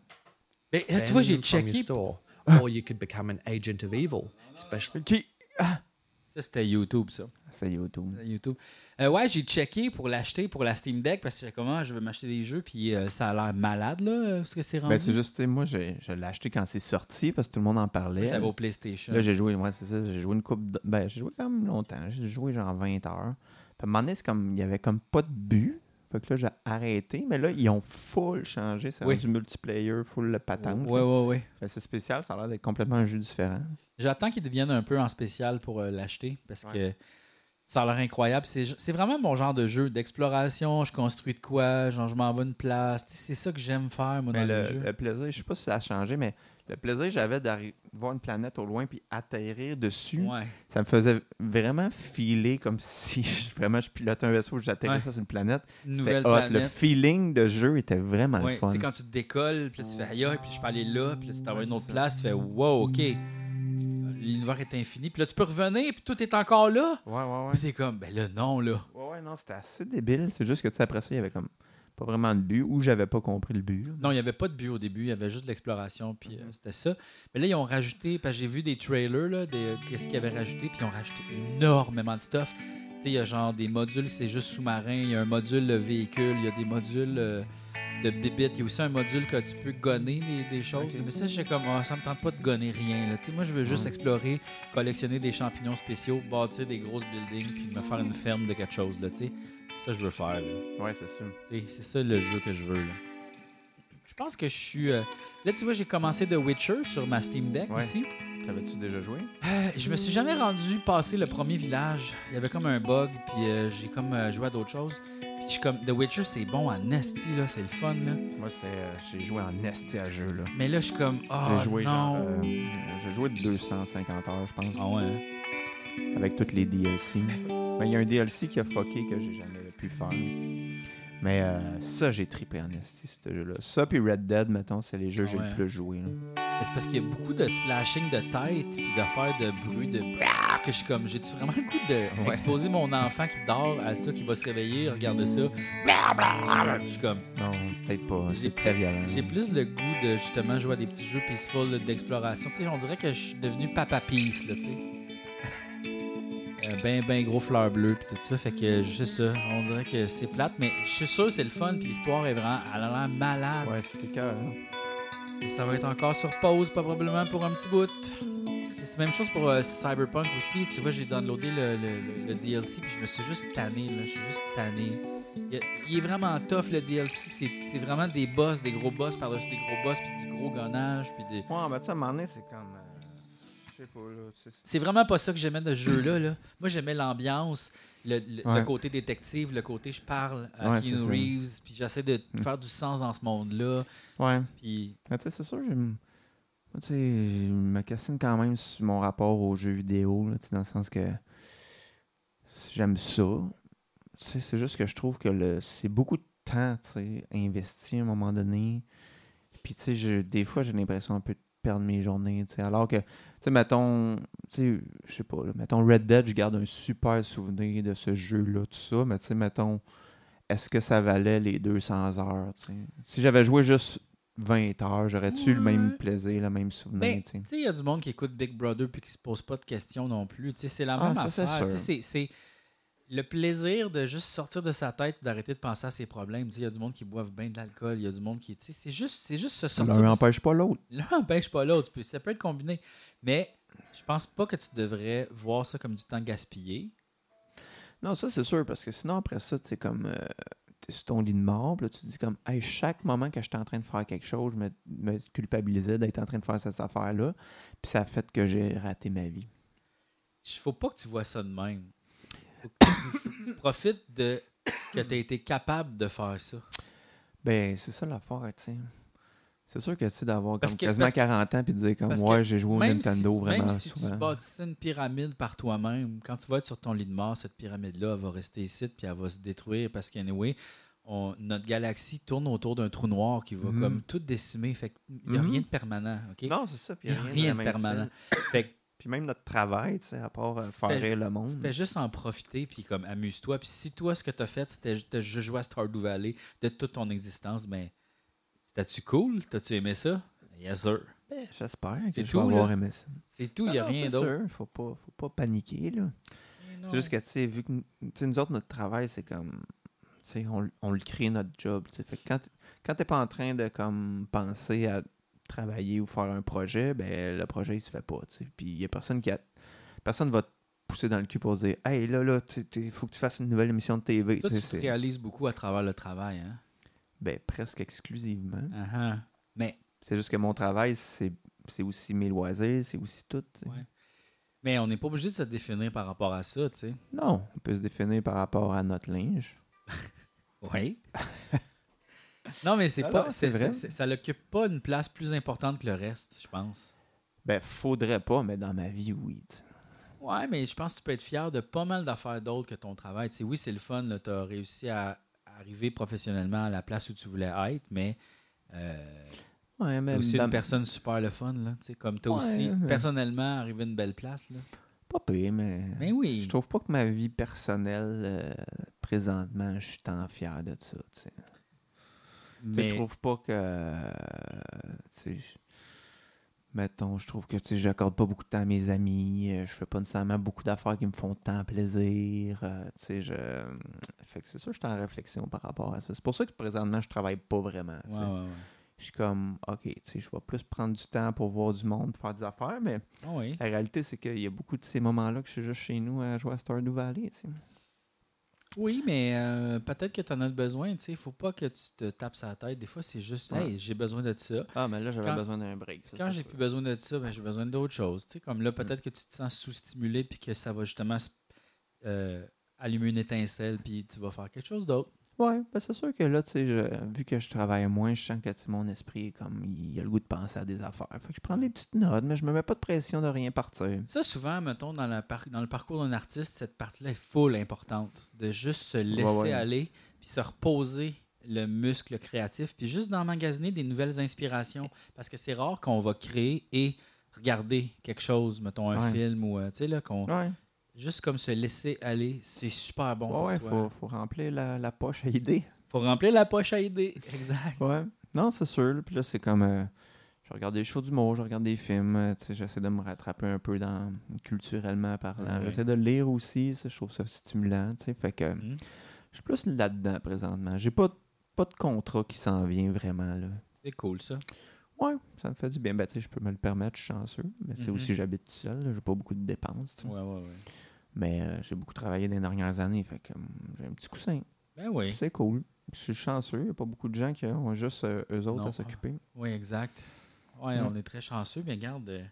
Speaker 1: Mais là, tu vois, j'ai
Speaker 4: Ben from your
Speaker 1: checké.
Speaker 4: store, or Oh, you could become an agent of evil, especially
Speaker 3: Qui?
Speaker 1: Ça, c'était YouTube, ça.
Speaker 3: C'est YouTube.
Speaker 1: C'était YouTube. Euh, ouais, j'ai checké pour l'acheter pour la Steam Deck parce que j'ai comment je veux m'acheter des jeux, puis euh, ça a l'air malade, là, euh, ce que c'est rendu.
Speaker 3: Ben, c'est juste, tu sais, moi, j'ai- je l'ai acheté quand c'est sorti parce que tout le monde en
Speaker 1: Moi, je
Speaker 3: parlait.
Speaker 1: l'avais au PlayStation.
Speaker 3: Là, j'ai joué, moi, c'est ça, j'ai joué une coupe. Ben, j'ai joué quand même longtemps. J'ai joué genre 20 heures. Puis à un moment donné, c'est comme, il n'y avait comme pas de but. Fait que là, j'ai arrêté. Mais là, ils ont full changé. C'est
Speaker 1: Oui.
Speaker 3: du multiplayer, full le patente.
Speaker 1: ouais,
Speaker 3: là.
Speaker 1: ouais, ouais.
Speaker 3: Ben, c'est spécial, ça a l'air d'être complètement un jeu différent.
Speaker 1: J'attends qu'il devienne un peu en spécial pour euh, l'acheter parce que ça a l'air incroyable. C'est c'est vraiment mon genre de jeu d'exploration. Je construis de quoi, genre je m'en vais une place. Tu sais, C'est ça que j'aime faire, moi,
Speaker 3: Mais
Speaker 1: dans les
Speaker 3: Ben, le,
Speaker 1: jeux.
Speaker 3: le plaisir, je sais pas si ça a changé, mais le plaisir que j'avais d'arriver voir une planète au loin puis atterrir dessus,
Speaker 1: Ouais.
Speaker 3: ça me faisait vraiment filer comme si je- vraiment je pilotais un vaisseau, j'atterrissais sur une planète.
Speaker 1: Une
Speaker 3: C'était
Speaker 1: nouvelle
Speaker 3: hot. Le
Speaker 1: planète.
Speaker 3: feeling de jeu était vraiment
Speaker 1: Ouais,
Speaker 3: le
Speaker 1: tu
Speaker 3: fun.
Speaker 1: sais, quand tu te décolles, puis là, tu fais aïe, aïe, puis je peux aller là, puis là, tu t'en vas à une autre place, tu fais wow, ok. L'univers est infini, puis là, tu peux revenir, puis tout est encore là.
Speaker 3: Ouais, ouais, ouais.
Speaker 1: Puis t'es comme, ben là, non, là.
Speaker 3: Ouais, ouais, non, c'était assez débile. C'est juste que, tu sais, après ça, il y avait comme pas vraiment de but ou j'avais pas compris le but.
Speaker 1: Non, il n'y avait pas de but au début, il y avait juste de l'exploration, puis euh, c'était ça. Mais là, ils ont rajouté, parce que j'ai vu des trailers, là, de qu'est-ce qu'ils avaient rajouté, puis ils ont rajouté énormément de stuff. Tu sais, il y a genre des modules, c'est juste sous-marin, il y a un module euh, véhicule, il y a des modules euh, de bibite, il y a aussi un module que tu peux gonner des, des choses.
Speaker 3: Ok.
Speaker 1: Mais ça, j'ai comme, Ah, ça me tente pas de gonner rien, là. Tu sais, moi, je veux juste explorer, collectionner des champignons spéciaux, bâtir des grosses buildings, puis me faire une ferme de quelque chose, là, tu sais. Ça, je veux faire, là.
Speaker 3: Ouais, c'est sûr.
Speaker 1: T'sais, C'est ça le jeu que je veux. Là. Je pense que je suis. euh, Là, tu vois, j'ai commencé The Witcher sur ma Steam Deck
Speaker 3: Ouais.
Speaker 1: aussi.
Speaker 3: T'avais-tu déjà joué?
Speaker 1: Euh, je me suis jamais rendu passer le premier village. Il y avait comme un bug, puis euh, j'ai comme euh, joué à d'autres choses. Puis je suis comme. The Witcher, c'est bon à Nasty, là, c'est le fun, là.
Speaker 3: Moi, c'était, euh, j'ai joué en esti à jeu, là.
Speaker 1: Mais là, je suis comme. Ah,
Speaker 3: J'ai joué genre.
Speaker 1: non.
Speaker 3: euh, j'ai joué 250 heures, je pense,
Speaker 1: Ah ouais. hein.
Speaker 3: avec toutes les DLC. Ben, il y a un DLC qui a fucké que j'ai jamais pu faire. Mais euh, ça, j'ai trippé en esti, ce jeu-là. Ça, puis Red Dead, mettons, c'est les jeux que j'ai
Speaker 1: Ouais.
Speaker 3: le plus joué. là.
Speaker 1: Mais C'est parce qu'il y a beaucoup de slashing de tête puis d'affaires de bruit de brrr que je suis comme j'ai tu vraiment le goût de
Speaker 3: Ouais.
Speaker 1: exposer mon enfant qui dort à ça qui va se réveiller regarder ça Brrr, brrr, brrr. je suis comme
Speaker 3: Non, peut-être pas.
Speaker 1: J'ai
Speaker 3: C'est très violent.
Speaker 1: j'ai plus le goût de justement jouer à des petits jeux peaceful là, d'exploration tu sais on dirait que je suis devenu papa peace là tu sais Euh, ben ben gros fleur bleue puis tout ça fait que je sais ça on dirait que c'est plate mais je suis sûr que c'est le fun puis l'histoire est vraiment elle a l'air malade
Speaker 3: Ouais, c'était cœur.
Speaker 1: Et ça va être encore sur pause, pas probablement pour un petit bout. C'est la même chose pour euh, Cyberpunk aussi. Tu vois, j'ai downloadé le, le- le- le DLC puis je me suis juste tanné. Là. Je suis juste tanné. Il, y a- il est vraiment tough le DLC. C'est- C'est vraiment des boss, des gros boss par-dessus des gros boss, puis du gros gonnage. Puis des...
Speaker 3: Ouais, mais tu sais, à un moment donné, c'est comme. euh, je sais pas, là. tu sais, c'est-
Speaker 1: C'est vraiment pas ça que j'aimais de ce jeu-là. là. Moi, j'aimais l'ambiance, le, le- le
Speaker 3: Ouais.
Speaker 1: côté détective, le côté je parle à
Speaker 3: Ouais,
Speaker 1: Keanu
Speaker 3: c'est ça.
Speaker 1: Reeves, puis j'essaie de
Speaker 3: Mm.
Speaker 1: faire du sens dans ce monde-là.
Speaker 3: Ouais.
Speaker 1: Puis
Speaker 3: Mais tu sais, c'est sûr, je m- moi, tu sais, je me questionne quand même sur mon rapport aux jeux vidéo, là, tu sais, dans le sens que j'aime ça. Tu sais, c'est juste que je trouve que le c'est beaucoup de temps tu sais, investi à un moment donné. Puis, tu sais, je- des fois, j'ai l'impression un peu de perdre mes journées, tu sais, alors que, tu sais, mettons, tu sais, je sais pas, là, mettons Red Dead, je garde un super souvenir de ce jeu-là, tout ça, mais tu sais, mettons, est-ce que ça valait les 200 heures, tu sais? Si j'avais joué juste 20 heures, j'aurais-tu le même
Speaker 1: Ouais.
Speaker 3: plaisir, le même souvenir,
Speaker 1: Mm. Ben,
Speaker 3: tu sais?
Speaker 1: tu sais, il y a du monde qui écoute Big Brother puis qui se pose pas de questions non plus. Tu sais, c'est la
Speaker 3: Ah,
Speaker 1: même
Speaker 3: ça, c'est
Speaker 1: affaire.
Speaker 3: sûr.
Speaker 1: Tu sais, C'est, c'est le plaisir de juste sortir de sa tête, d'arrêter de penser à ses problèmes. Tu sais, il y a du monde qui boivent bien de l'alcool, il y a du monde qui, tu sais, c'est juste, c'est juste se sortir.
Speaker 3: L'un
Speaker 1: de-
Speaker 3: n'empêche pas l'autre.
Speaker 1: L'un empêche pas l'autre. Tu peux- Ça peut être combiné, mais je pense pas que tu devrais voir ça comme du temps gaspillé.
Speaker 3: Non, ça c'est sûr, parce que sinon après ça, tu sais, comme euh, t'es sur ton lit de mort, puis là, tu te dis comme Hey, chaque moment que j'étais en train de faire quelque chose, je me, me culpabilisais d'être en train de faire cette affaire-là. Puis ça a fait que j'ai raté ma vie.
Speaker 1: Il faut pas que tu vois ça de même. Faut que tu- faut que tu profites de que tu as été capable de faire ça.
Speaker 3: Ben, c'est ça l'affaire, tu sais. C'est sûr que tu sais, d'avoir
Speaker 1: Parce
Speaker 3: comme
Speaker 1: que-
Speaker 3: quasiment
Speaker 1: parce que-
Speaker 3: 40 ans puis de dire comme
Speaker 1: parce que
Speaker 3: Ouais, j'ai joué au Nintendo
Speaker 1: si,
Speaker 3: vraiment
Speaker 1: même si
Speaker 3: souvent.
Speaker 1: tu bâtissais une pyramide par toi-même, quand tu vas être sur ton lit de mort, cette pyramide-là, elle va rester ici, puis elle va se détruire parce qu'anyway, on- notre galaxie tourne autour d'un trou noir qui va
Speaker 3: Mhm.
Speaker 1: comme tout décimer. Fait qu'il n'y a
Speaker 3: Mhm.
Speaker 1: rien de permanent, OK?
Speaker 3: Non, c'est ça, puis
Speaker 1: il n'y a rien de
Speaker 3: la même
Speaker 1: permanent.
Speaker 3: scène.
Speaker 1: Fait que
Speaker 3: Puis même notre travail, tu sais, à part euh, faire
Speaker 1: Fais-
Speaker 3: rire le monde.
Speaker 1: fais juste en profiter, puis comme amuse-toi. Puis si toi, ce que tu as fait, c'était ju- t'as juste joué à Stardew Valley de toute ton existence, ben, c'était-tu cool? T'as-tu aimé ça? Yes, sir.
Speaker 3: Ben, J'espère
Speaker 1: C'est
Speaker 3: que je
Speaker 1: tout,
Speaker 3: vais avoir
Speaker 1: là.
Speaker 3: aimé ça.
Speaker 1: C'est tout, il n'y a
Speaker 3: Ah non,
Speaker 1: rien
Speaker 3: c'est
Speaker 1: d'autre.
Speaker 3: sûr, Faut pas, faut pas paniquer, là. C'est juste que, tu sais, vu que nous- tu sais, nous autres, notre travail, c'est comme. Tu sais, on, l- on le crée, notre job. tu sais. Fait que quand, t- quand t'es pas en train de comme penser à travailler ou faire un projet, ben le projet, il se fait pas. tu sais. Puis il y a personne qui a. Personne va te pousser dans le cul pour dire Hey, là, là, il faut que tu fasses une nouvelle émission de TV.
Speaker 1: Toi,
Speaker 3: Tu
Speaker 1: tu
Speaker 3: sais,
Speaker 1: te
Speaker 3: c'est-
Speaker 1: réalises beaucoup à travers le travail, hein?
Speaker 3: ben, presque exclusivement.
Speaker 1: Uh-huh. Mais,
Speaker 3: C'est juste que mon travail, c'est c'est aussi mes loisirs, c'est aussi tout. tu sais.
Speaker 1: Ouais. mais on n'est pas obligé de se définir par rapport à ça, tu sais.
Speaker 3: Non, on peut se définir par rapport à notre linge.
Speaker 1: Oui. non, mais c'est
Speaker 3: Non,
Speaker 1: pas.
Speaker 3: non,
Speaker 1: c'est
Speaker 3: c'est vrai.
Speaker 1: c'est- c'est- ça n'occupe pas une place plus importante que le reste, je pense.
Speaker 3: Ben, faudrait pas, mais dans ma vie, oui. tu sais.
Speaker 1: Ouais, mais je pense que tu peux être fier de pas mal d'affaires d'autres que ton travail. Tu sais, oui, c'est le fun, tu as réussi à arriver professionnellement à la place où tu voulais être, mais. Euh,
Speaker 3: Ouais,
Speaker 1: t'es
Speaker 3: mais
Speaker 1: aussi
Speaker 3: dans-
Speaker 1: une personne super le fun, là. tu sais, Comme toi
Speaker 3: Ouais,
Speaker 1: aussi,
Speaker 3: mais-
Speaker 1: personnellement, arrivé à une belle place, là.
Speaker 3: Pas pire, mais.
Speaker 1: Mais oui.
Speaker 3: Je trouve pas que ma vie personnelle, euh, présentement, je suis tant fier de ça. tu sais. Tu sais, Je
Speaker 1: Mais-
Speaker 3: trouve pas que. euh, tu sais, je- Mettons, je trouve que tu sais, j'accorde pas beaucoup de temps à mes amis, euh, je fais pas nécessairement beaucoup d'affaires qui me font tant plaisir. euh, tu sais, je... Fait que c'est sûr que je suis en réflexion par rapport à ça. C'est pour ça que présentement, je travaille pas vraiment. tu sais.
Speaker 1: Ouais, ouais, ouais.
Speaker 3: Je suis comme, ok, tu sais, je vais plus prendre du temps pour voir du monde, faire des affaires, mais
Speaker 1: Ah oui.
Speaker 3: La réalité, c'est qu'il y a beaucoup de ces moments-là que je suis juste chez nous à jouer à Stardew Valley. tu sais.
Speaker 1: Oui, mais euh, peut-être que tu en as besoin. Il ne faut pas que tu te tapes sur la tête. Des fois, c'est juste,
Speaker 3: Ouais.
Speaker 1: hey, j'ai besoin de ça.
Speaker 3: Ah, mais là, j'avais
Speaker 1: Quand-
Speaker 3: besoin d'un break. ça, Mm.
Speaker 1: Quand
Speaker 3: c'est
Speaker 1: j'ai
Speaker 3: sûr.
Speaker 1: plus besoin de ça, ben, j'ai besoin d'autre chose. Tu sais, comme là, peut-être que tu te sens sous-stimulé puis que ça va justement s- euh, allumer une étincelle puis tu vas faire quelque chose d'autre.
Speaker 3: Ouais, ben c'est sûr que là, tu sais, je- vu que je travaille moins, je sens que tu sais, mon esprit est comme il a le goût de penser à des affaires. Fait que je prends des petites notes, mais je me mets pas de pression de rien partir.
Speaker 1: Ça, souvent, mettons, dans, la par- dans le parcours d'un artiste, cette partie-là est full importante. De juste se laisser
Speaker 3: Ouais, ouais.
Speaker 1: aller, puis se reposer le muscle créatif, puis juste d'emmagasiner des nouvelles inspirations. Parce que c'est rare qu'on va créer et regarder quelque chose, mettons un
Speaker 3: Ouais.
Speaker 1: film ou, euh, tu sais, là, qu'on...
Speaker 3: Ouais,
Speaker 1: Juste comme se laisser aller, c'est super bon
Speaker 3: ouais, ouais,
Speaker 1: pour toi.
Speaker 3: faut, faut remplir la, la poche à idées.
Speaker 1: Faut remplir la poche à idées. Exact.
Speaker 3: Ouais. Non, c'est sûr. Puis là, c'est comme. euh, je regarde des shows d'humour, je regarde des films. euh, tu sais, J'essaie de me rattraper un peu dans culturellement parlant.
Speaker 1: Ouais.
Speaker 3: J'essaie de lire aussi. ça, je trouve ça stimulant. tu sais. Fait que
Speaker 1: Mhm.
Speaker 3: je suis plus là-dedans présentement. J'ai pas, pas de contrat qui s'en vient vraiment. Là.
Speaker 1: C'est cool, ça.
Speaker 3: Ouais, ça me fait du bien. Ben, tu sais, je peux me le permettre, je suis chanceux. Mais c'est
Speaker 1: Mhm.
Speaker 3: aussi, j'habite tout seul. là, J'ai pas beaucoup de dépenses. tu sais.
Speaker 1: Ouais, ouais, ouais.
Speaker 3: Mais euh, j'ai beaucoup travaillé dans les dernières années. Fait que euh, j'ai un petit coussin.
Speaker 1: Ben oui.
Speaker 3: C'est cool. Je suis chanceux. Il n'y a pas beaucoup de gens qui euh, ont juste euh, eux autres
Speaker 1: Non.
Speaker 3: à s'occuper.
Speaker 1: Oui, exact. Ouais,
Speaker 3: Mm.
Speaker 1: on est très chanceux, mais regarde, euh,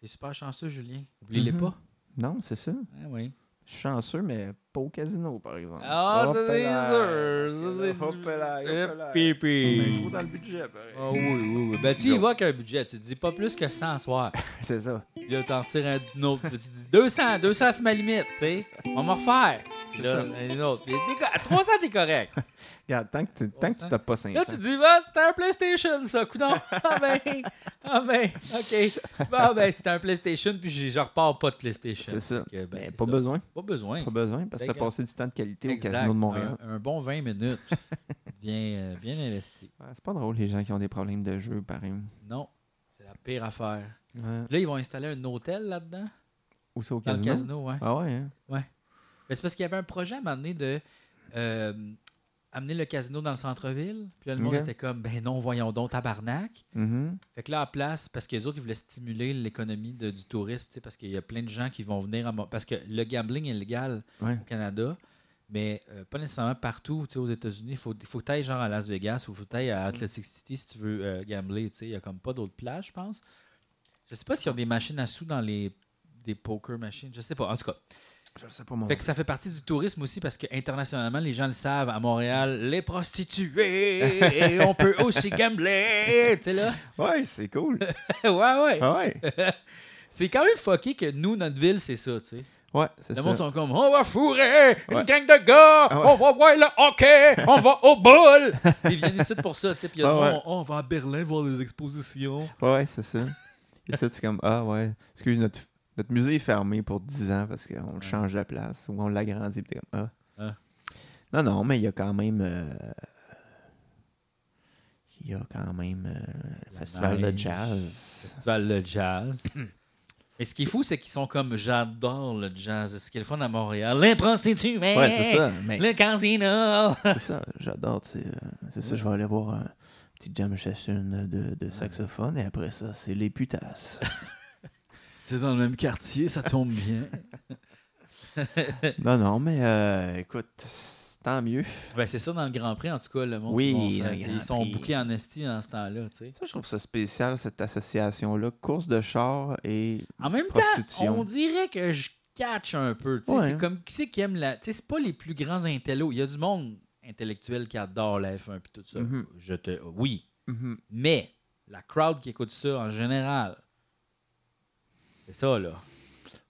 Speaker 1: t'es super chanceux, Julien. Oublie-les
Speaker 3: Mhm.
Speaker 1: pas.
Speaker 3: Non, c'est ça.
Speaker 1: Ah oui.
Speaker 3: Je suis chanceux, mais pas au casino, par exemple.
Speaker 1: Ah, ça,
Speaker 3: Hop
Speaker 1: c'est
Speaker 3: là.
Speaker 1: sûr. Ça, c'est
Speaker 3: Hop là, hop là. C'est un
Speaker 1: Pipi.
Speaker 3: trou dans le budget, pareil.
Speaker 1: Eh, Ah oui, oui, oui. Ben, tu y vas avec un budget. Tu te dis pas plus que 100 soir.
Speaker 3: C'est ça.
Speaker 1: Puis là, t'en retires un autre. Tu te dis 200, 200, c'est ma limite, tu sais. On va m'en refaire. Puis
Speaker 3: C'est
Speaker 1: là,
Speaker 3: ça.
Speaker 1: un autre. Puis t'es co- à 300, t'es correct.
Speaker 3: Regarde, tant que tu tant que tu
Speaker 1: ça.
Speaker 3: t'as pas 500.
Speaker 1: Là, tu te dis, bah, c'était un PlayStation, ça, coudon. Ah ben, ah ben, OK. Bon, ben, c'était un PlayStation, puis j'ai- je repars pas de PlayStation.
Speaker 3: C'est ça.
Speaker 1: Fait que, ben,
Speaker 3: Mais
Speaker 1: c'est
Speaker 3: pas
Speaker 1: ça.
Speaker 3: besoin.
Speaker 1: Pas besoin.
Speaker 3: Pas besoin, parce que t'as
Speaker 1: Regarde.
Speaker 3: passé du temps de qualité au
Speaker 1: Exact. hein.
Speaker 3: casino de Montréal.
Speaker 1: Un, un bon 20 minutes. bien, euh, bien investi.
Speaker 3: Ouais, c'est pas drôle, les gens qui ont des problèmes de jeu, pareil.
Speaker 1: Non, c'est la pire affaire.
Speaker 3: Ouais.
Speaker 1: Là, ils vont installer un hôtel là-dedans,
Speaker 3: Ou c'est au
Speaker 1: dans
Speaker 3: casino.
Speaker 1: le casino, ouais.
Speaker 3: Ah ouais, hein?
Speaker 1: Mais c'est parce qu'il y avait un projet à un moment donné de euh, amener le casino dans le centre-ville. Puis là, le monde
Speaker 3: Ok.
Speaker 1: était comme, ben non, voyons donc, tabarnak.
Speaker 3: Mhm.
Speaker 1: Fait que là, à place, parce que les autres, ils voulaient stimuler l'économie de- du tourisme, tu sais, parce qu'il y a plein de gens qui vont venir à Mo- Parce que le gambling est légal
Speaker 3: Ouais.
Speaker 1: au Canada, mais euh, pas nécessairement partout. Tu sais, aux États-Unis, il faut, faut que tu ailles genre à Las Vegas ou faut que tu ailles à Atlantic City si tu veux euh, gambler. tu sais. Il n'y a comme pas d'autres plages, je pense. Je sais pas s'il y a des machines à sous dans les des poker machines, je sais pas. En tout cas,
Speaker 3: Je le sais pas, mon
Speaker 1: fait que ça fait partie du tourisme aussi parce que internationalement, les gens le savent. À Montréal, les prostituées, on peut aussi gambler, tu sais là.
Speaker 3: Ouais, c'est cool.
Speaker 1: ouais, ouais.
Speaker 3: ah ouais.
Speaker 1: C'est quand même fucké que nous, notre ville, c'est ça, tu sais.
Speaker 3: Ouais, c'est
Speaker 1: Le
Speaker 3: ça.
Speaker 1: monde sont comme on va fourrer une
Speaker 3: Ouais.
Speaker 1: gang de gars,
Speaker 3: Ah ouais.
Speaker 1: on va voir le hockey, on va au boule. Ils viennent ici pour ça, tu sais. Puis il y a
Speaker 3: Ah
Speaker 1: du monde,
Speaker 3: ouais.
Speaker 1: on, on va à Berlin voir des expositions.
Speaker 3: Ouais, c'est ça. Et ça, c'est comme, ah ouais, excuse, notre, notre musée est fermé pour 10 ans parce qu'on le change de place ou on l'agrandit. Puis t'es comme, ah.
Speaker 1: Ah.
Speaker 3: Non, non, mais il y a quand même. euh, Il y a quand même euh, le
Speaker 1: La
Speaker 3: festival de
Speaker 1: neige.
Speaker 3: jazz.
Speaker 1: Festival de jazz. Et ce qui est fou, c'est qu'ils sont comme j'adore le jazz. Ce qu'ils font à Montréal, les prostituées,
Speaker 3: Ouais, c'est ça. Mais
Speaker 1: le casino.
Speaker 3: c'est ça, j'adore. tu sais, euh, C'est ça, je vais aller voir un petit jam session de, de saxophone et après ça, c'est les putasses.
Speaker 1: C'est dans le même quartier, ça tombe bien.
Speaker 3: non, non, mais euh, écoute, tant mieux.
Speaker 1: ben, c'est ça dans le Grand Prix, en tout cas, le monde.
Speaker 3: Oui,
Speaker 1: ils vont faire,
Speaker 3: dans le
Speaker 1: tu sais,
Speaker 3: Grand
Speaker 1: ils sont
Speaker 3: Prix.
Speaker 1: bouqués en esti dans ce temps-là, tu sais.
Speaker 3: Ça, je trouve ça spécial, cette association-là. Course de char et.
Speaker 1: En même temps,
Speaker 3: Prostitution.
Speaker 1: on dirait que je catch un peu. tu sais,
Speaker 3: Ouais,
Speaker 1: C'est
Speaker 3: hein.
Speaker 1: comme qui c'est qui aime la. Tu sais, c'est pas les plus grands intellos. Il y a du monde intellectuel qui adore la F1 puis tout ça.
Speaker 3: Mhm.
Speaker 1: Je te. Oui.
Speaker 3: Mhm.
Speaker 1: Mais la crowd qui écoute ça en général. C'est ça, là.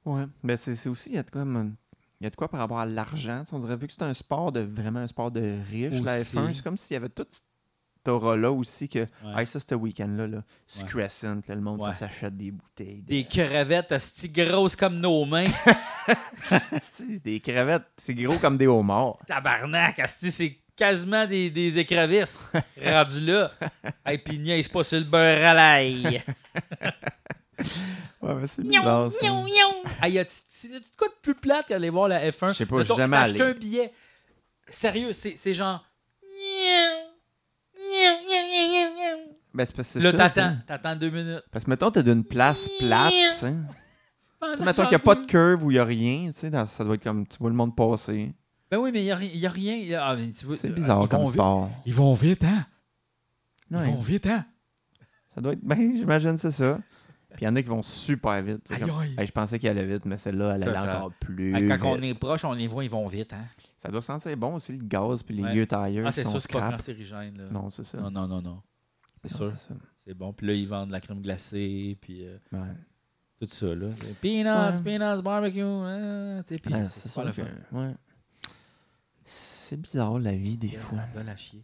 Speaker 3: Ouais. Mais c'est c'est aussi, il y a de quoi. me- Il y a de quoi par rapport à l'argent. Tu sais, On dirait vu que c'est un sport de vraiment un sport de riche, la
Speaker 1: Aussi.
Speaker 3: F1. C'est comme s'il y avait tout cet aura-là aussi que.
Speaker 1: Ouais.
Speaker 3: Ah, ça, c'était week-end-là. Là. C'est Crescent, là, le monde,
Speaker 1: Ouais.
Speaker 3: ça s'achète des bouteilles.
Speaker 1: Des crevettes asti grosses comme nos mains.
Speaker 3: Asti, des crevettes. C'est gros comme des homards.
Speaker 1: Tabarnak, asti, c'est quasiment des, des écrevisses rendu là. Et puis niaise pas sur le beurre à l'ail.
Speaker 3: Ouais, mais c'est
Speaker 1: Miaou,
Speaker 3: bizarre. ça.
Speaker 1: miaou, miaou. Ah, y a-tu- c'est y a-tu de quoi de plus plate qu'aller voir la F1?
Speaker 3: Je sais pas,
Speaker 1: Mettons,
Speaker 3: j'ai jamais
Speaker 1: t'achètes
Speaker 3: allé.
Speaker 1: un billet. Sérieux, c'est c'est genre. miaou, miaou, miaou, miaou, miaou.
Speaker 3: Ben, c'est parce que c'est
Speaker 1: Là,
Speaker 3: ça,
Speaker 1: t'attends.
Speaker 3: tu sais.
Speaker 1: T'attends deux minutes.
Speaker 3: Parce que, mettons, t'es d'une place plate, tu sais. Tu sais, mettons qu'il n'y a pas de curve ou il n'y a rien, tu sais, dans- ça doit être comme tu vois le monde passer.
Speaker 1: Ben oui, mais il n'y a, rien. y a- ah, mais tu vois,
Speaker 3: C'est
Speaker 1: euh,
Speaker 3: bizarre
Speaker 1: ils
Speaker 3: comme
Speaker 1: vont vite.
Speaker 3: sport.
Speaker 1: Ils vont vite, hein?
Speaker 3: Ouais,
Speaker 1: Ils vont vite, hein?
Speaker 3: Ça doit être. Ben, j'imagine, c'est ça. Puis il y en a qui vont super vite. C'est
Speaker 1: Aïe,
Speaker 3: comme,
Speaker 1: aïe.
Speaker 3: Hey, je pensais qu'elle allait vite, mais celle-là, elle
Speaker 1: Ça,
Speaker 3: allait
Speaker 1: ça-
Speaker 3: encore plus.
Speaker 1: Ah, Quand on
Speaker 3: vite.
Speaker 1: est proche, on les voit, ils vont vite. Hein?
Speaker 3: Ça doit sentir bon aussi le gaz puis les
Speaker 1: Ouais.
Speaker 3: vieux tailleurs.
Speaker 1: Ah,
Speaker 3: qui
Speaker 1: c'est
Speaker 3: sont
Speaker 1: sûr, c'est pas
Speaker 3: scrap.
Speaker 1: cancérigène. Là.
Speaker 3: Non, c'est ça.
Speaker 1: non, non, non. non. C'est
Speaker 3: Non,
Speaker 1: sûr,
Speaker 3: c'est ça.
Speaker 1: c'est bon. Puis là, ils vendent de la crème glacée, puis euh,
Speaker 3: Ouais.
Speaker 1: tout ça. Là. Peanuts,
Speaker 3: Ouais.
Speaker 1: peanuts, barbecue. hein, tu sais, puis
Speaker 3: Ouais,
Speaker 1: c'est
Speaker 3: c'est
Speaker 1: pas le
Speaker 3: sûr
Speaker 1: fun.
Speaker 3: que- ouais. C'est bizarre la vie des fois.
Speaker 1: De la chier.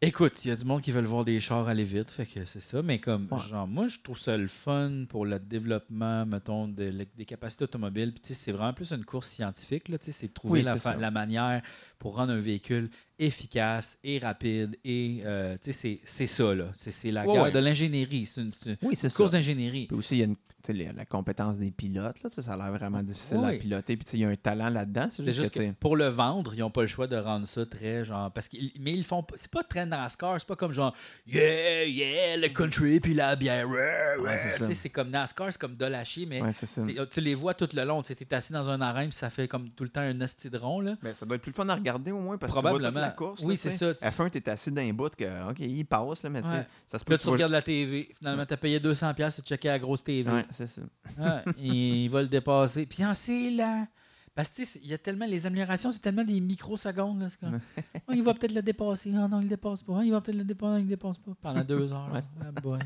Speaker 1: Écoute, il y a du monde qui veulent voir des chars aller vite, fait que c'est ça. Mais comme,
Speaker 3: Ouais.
Speaker 1: genre, moi, je trouve ça le fun pour le développement, mettons, de l'ec- des capacités automobiles. Puis, tu sais, c'est vraiment plus une course scientifique, là, tu sais, c'est de trouver
Speaker 3: Oui,
Speaker 1: la,
Speaker 3: c'est
Speaker 1: fa-
Speaker 3: ça.
Speaker 1: la manière pour rendre un véhicule efficace et rapide. Et, euh, tu sais, c'est- c'est ça, là. C'est c'est la
Speaker 3: Ouais,
Speaker 1: guerre
Speaker 3: ouais.
Speaker 1: de l'ingénierie. C'est une, c'est une
Speaker 3: Oui, c'est ça.
Speaker 1: course d'ingénierie.
Speaker 3: Puis aussi, il y a une- tu sais, la, la compétence des pilotes. Là, ça, ça a l'air vraiment difficile
Speaker 1: Oui.
Speaker 3: à piloter. Puis tu sais, il y a un talent là-dedans. C'est
Speaker 1: C'est
Speaker 3: juste,
Speaker 1: juste
Speaker 3: que, tu
Speaker 1: que
Speaker 3: sais,
Speaker 1: pour le vendre, ils n'ont pas le choix de rendre ça très genre. Parce qu'ils, mais ils le font pas. C'est pas très NASCAR. C'est pas comme genre Yeah, yeah, le country puis la bière. ouais, ouais.
Speaker 3: c'est ça.
Speaker 1: Tu sais, c'est comme NASCAR, c'est comme de lâcher, mais
Speaker 3: ouais, c'est ça.
Speaker 1: Eh, c'est- tu les vois tout le long. Tu sais, t'es assis dans un arène puis ça fait comme tout le temps un astidron. Là.
Speaker 3: Mais Ben, ça doit être plus le fun à regarder au moins parce que tu vois toute
Speaker 1: Probablement.
Speaker 3: la course.
Speaker 1: Oui,
Speaker 3: là, tu
Speaker 1: c'est
Speaker 3: sais.
Speaker 1: ça, tu-
Speaker 3: À la fin, tu es assis d'un bout que, OK, il passe, là, mais tu sais,
Speaker 1: Ouais.
Speaker 3: ça se
Speaker 1: Puis
Speaker 3: peut
Speaker 1: là,
Speaker 3: que
Speaker 1: tu
Speaker 3: tu vois-
Speaker 1: regardes la TV. Finalement, t'as payé 200$ et tu checkais la grosse TV.
Speaker 3: Ouais, c'est ça.
Speaker 1: Ah, il va le dépasser. Puis ah, c'est là. Parce que tu sais, il y a tellement les améliorations, c'est tellement des microsecondes. Là, c'est comme, Ah, il va peut-être le dépasser. Ah non, il le dépasse pas. Ah, il va peut-être le dépasser. Non, il le dépasse pas. Pendant deux heures.
Speaker 3: Ouais,
Speaker 1: Ah, boy.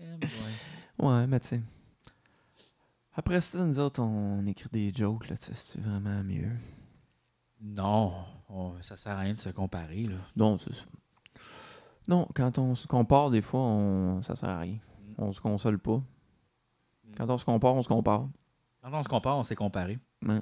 Speaker 1: Ah, boy.
Speaker 3: Ouais, mais tu sais. Après ça, nous autres, on écrit des jokes, là, tu sais, c'est vraiment mieux.
Speaker 1: Non, Oh, ça sert à rien de se comparer. Là.
Speaker 3: Non, c'est ça. Non, quand on se compare, des fois, on... ça sert à rien.
Speaker 1: Mm.
Speaker 3: On se console pas. Quand on se compare, on se compare.
Speaker 1: Quand on se compare, on s'est comparé.
Speaker 3: Ouais.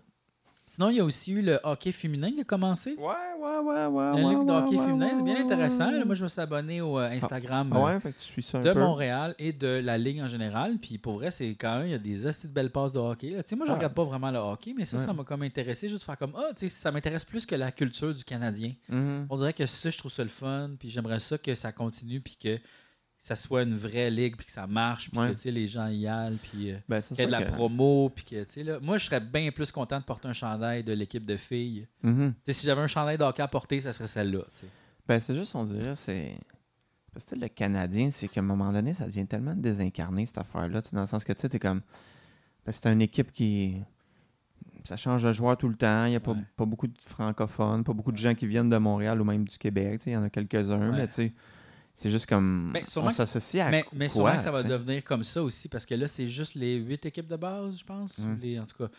Speaker 1: Sinon, il y a aussi eu le hockey féminin qui a commencé.
Speaker 3: Ouais, ouais, ouais, ouais.
Speaker 1: le ligue de hockey
Speaker 3: ouais,
Speaker 1: féminin,
Speaker 3: ouais,
Speaker 1: c'est bien
Speaker 3: ouais,
Speaker 1: intéressant.
Speaker 3: ouais.
Speaker 1: Moi, je me suis abonné au euh, Instagram.
Speaker 3: Ah
Speaker 1: euh,
Speaker 3: ouais, fait que tu suis ça un
Speaker 1: de
Speaker 3: peu.
Speaker 1: Montréal et de la Ligue en général. Puis pour vrai, c'est quand même, il y a des assez de belles passes de hockey. là. Tu sais, moi, je
Speaker 3: Ah.
Speaker 1: regarde pas vraiment le hockey, mais ça, ça
Speaker 3: Ouais.
Speaker 1: m'a comme intéressé. Juste faire comme, ah, tu sais, ça m'intéresse plus que la culture du Canadien.
Speaker 3: Mhm.
Speaker 1: On dirait que ça, je trouve ça le fun. Puis j'aimerais ça que ça continue, puis que ça soit une vraie ligue, puis que ça marche, puis
Speaker 3: Ouais.
Speaker 1: que tu sais, les gens y aillent, puis euh,
Speaker 3: Ben, ça,
Speaker 1: qu'il y ait de la
Speaker 3: c'est que-
Speaker 1: promo. Puis que, tu sais, là, moi, je serais bien plus content de porter un chandail de l'équipe de filles.
Speaker 3: Mhm.
Speaker 1: Tu sais, si j'avais un chandail de hockey à porter, ça serait celle-là. tu sais.
Speaker 3: Ben, c'est juste, on dirait, c'est. Parce que tu sais, le Canadien, c'est qu'à un moment donné, ça devient tellement désincarné, cette affaire-là. tu sais, Dans le sens que, tu sais, t'es comme. Ben, c'est une équipe qui. Ça change de joueur tout le temps. Il n'y a pas,
Speaker 1: Ouais.
Speaker 3: pas beaucoup de francophones, pas beaucoup de gens qui viennent de Montréal ou même du Québec. tu sais, Il y en a quelques-uns,
Speaker 1: Ouais.
Speaker 3: mais tu sais. C'est juste comme.
Speaker 1: Mais sûrement
Speaker 3: on
Speaker 1: que-
Speaker 3: s'associe à.
Speaker 1: Mais,
Speaker 3: quoi,
Speaker 1: mais sûrement que ça va
Speaker 3: tu sais.
Speaker 1: devenir comme ça aussi, parce que là, c'est juste les huit équipes de base, je pense. ou
Speaker 3: Mm.
Speaker 1: les- en tout cas.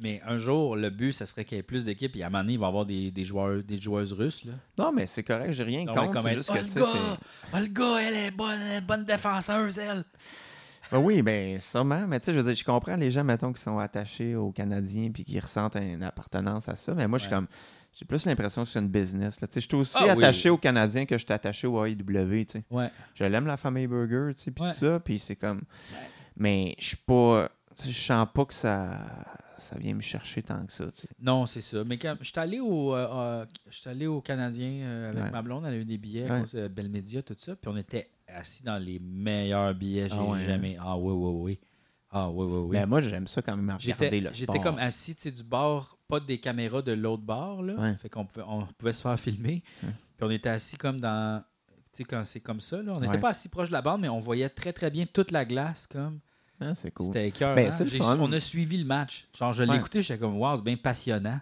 Speaker 1: Mais un jour, le but, ça serait qu'il y ait plus d'équipes. Et à un moment donné, il va y avoir des, des joueurs, des joueuses russes. Là.
Speaker 3: Non, mais c'est correct, j'ai rien
Speaker 1: Donc, on va
Speaker 3: contre.
Speaker 1: comme
Speaker 3: C'est
Speaker 1: être,
Speaker 3: juste
Speaker 1: Ah,
Speaker 3: que, tu
Speaker 1: le
Speaker 3: sais,
Speaker 1: gars!
Speaker 3: c'est.
Speaker 1: Ah, le gars, elle est bonne, elle est bonne défenseuse, elle!
Speaker 3: Ben oui, ben sûrement. Mais tu sais, je veux dire, je comprends les gens, mettons, qui sont attachés aux Canadiens puis qui ressentent une appartenance à ça. Mais moi, je suis
Speaker 1: Ouais.
Speaker 3: comme. J'ai plus l'impression que c'est une business. là. Tu sais, je suis aussi
Speaker 1: Ah oui.
Speaker 3: attaché aux Canadiens que je suis attaché au AEW. tu sais.
Speaker 1: Ouais.
Speaker 3: Je l'aime, la famille Burger, tu sais, puis
Speaker 1: Ouais.
Speaker 3: tout ça. Puis c'est comme. Mais je suis pas. tu sais, je sens pas que ça. Ça vient me chercher tant que ça. tu sais.
Speaker 1: Non, c'est ça. Mais quand je suis allé au, euh, euh, j'étais allé au Canadien euh, avec
Speaker 3: Ouais.
Speaker 1: ma blonde, elle a eu des billets,
Speaker 3: Ouais.
Speaker 1: à cause, euh, Bell Media, tout ça. Puis on était assis dans les meilleurs billets que j'ai
Speaker 3: Ah ouais, hein?
Speaker 1: jamais. Ah oui, oui, oui. Ah oui, oui, oui.
Speaker 3: Mais Ben, moi, j'aime ça quand même à regarder
Speaker 1: J'étais
Speaker 3: le
Speaker 1: j'étais
Speaker 3: sport.
Speaker 1: comme assis tu sais, du bord, pas des caméras de l'autre bord. Là.
Speaker 3: Ouais.
Speaker 1: Fait qu'on pouvait, on pouvait se faire filmer.
Speaker 3: Ouais.
Speaker 1: Puis on était assis comme dans. Tu sais, quand c'est comme ça, là. on n'était
Speaker 3: Ouais.
Speaker 1: pas assis proche de la bande, mais on voyait très très bien toute la glace. comme
Speaker 3: Ah, c'est cool.
Speaker 1: C'était écœurant.
Speaker 3: Ben, c'est le
Speaker 1: J'ai-
Speaker 3: fun.
Speaker 1: On a suivi le match. Genre, je
Speaker 3: Ouais.
Speaker 1: l'écoutais, j'étais comme, waouh, c'est bien passionnant.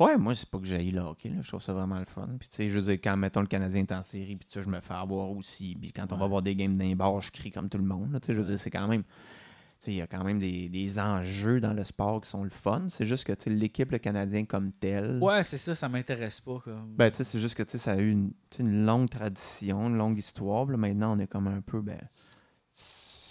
Speaker 3: Ouais, moi, c'est pas que j'aille le hockey, là. je trouve ça vraiment le fun. Puis, tu sais, je veux dire, quand, mettons, le Canadien est en série, puis tu sais, je me fais avoir aussi. Puis, quand on va
Speaker 1: Ouais.
Speaker 3: voir des games d'un bar, je crie comme tout le monde. là. Tu sais, je veux dire, c'est quand même. Tu sais, il y a quand même des, des enjeux dans le sport qui sont le fun. C'est juste que, tu sais, l'équipe, le Canadien comme tel.
Speaker 1: Ouais, c'est ça, ça m'intéresse pas. Comme...
Speaker 3: Ben, tu sais, c'est juste que, tu sais, ça a eu une, tu sais, une longue tradition, une longue histoire. Puis là, maintenant, on est comme un peu, ben.
Speaker 1: dirait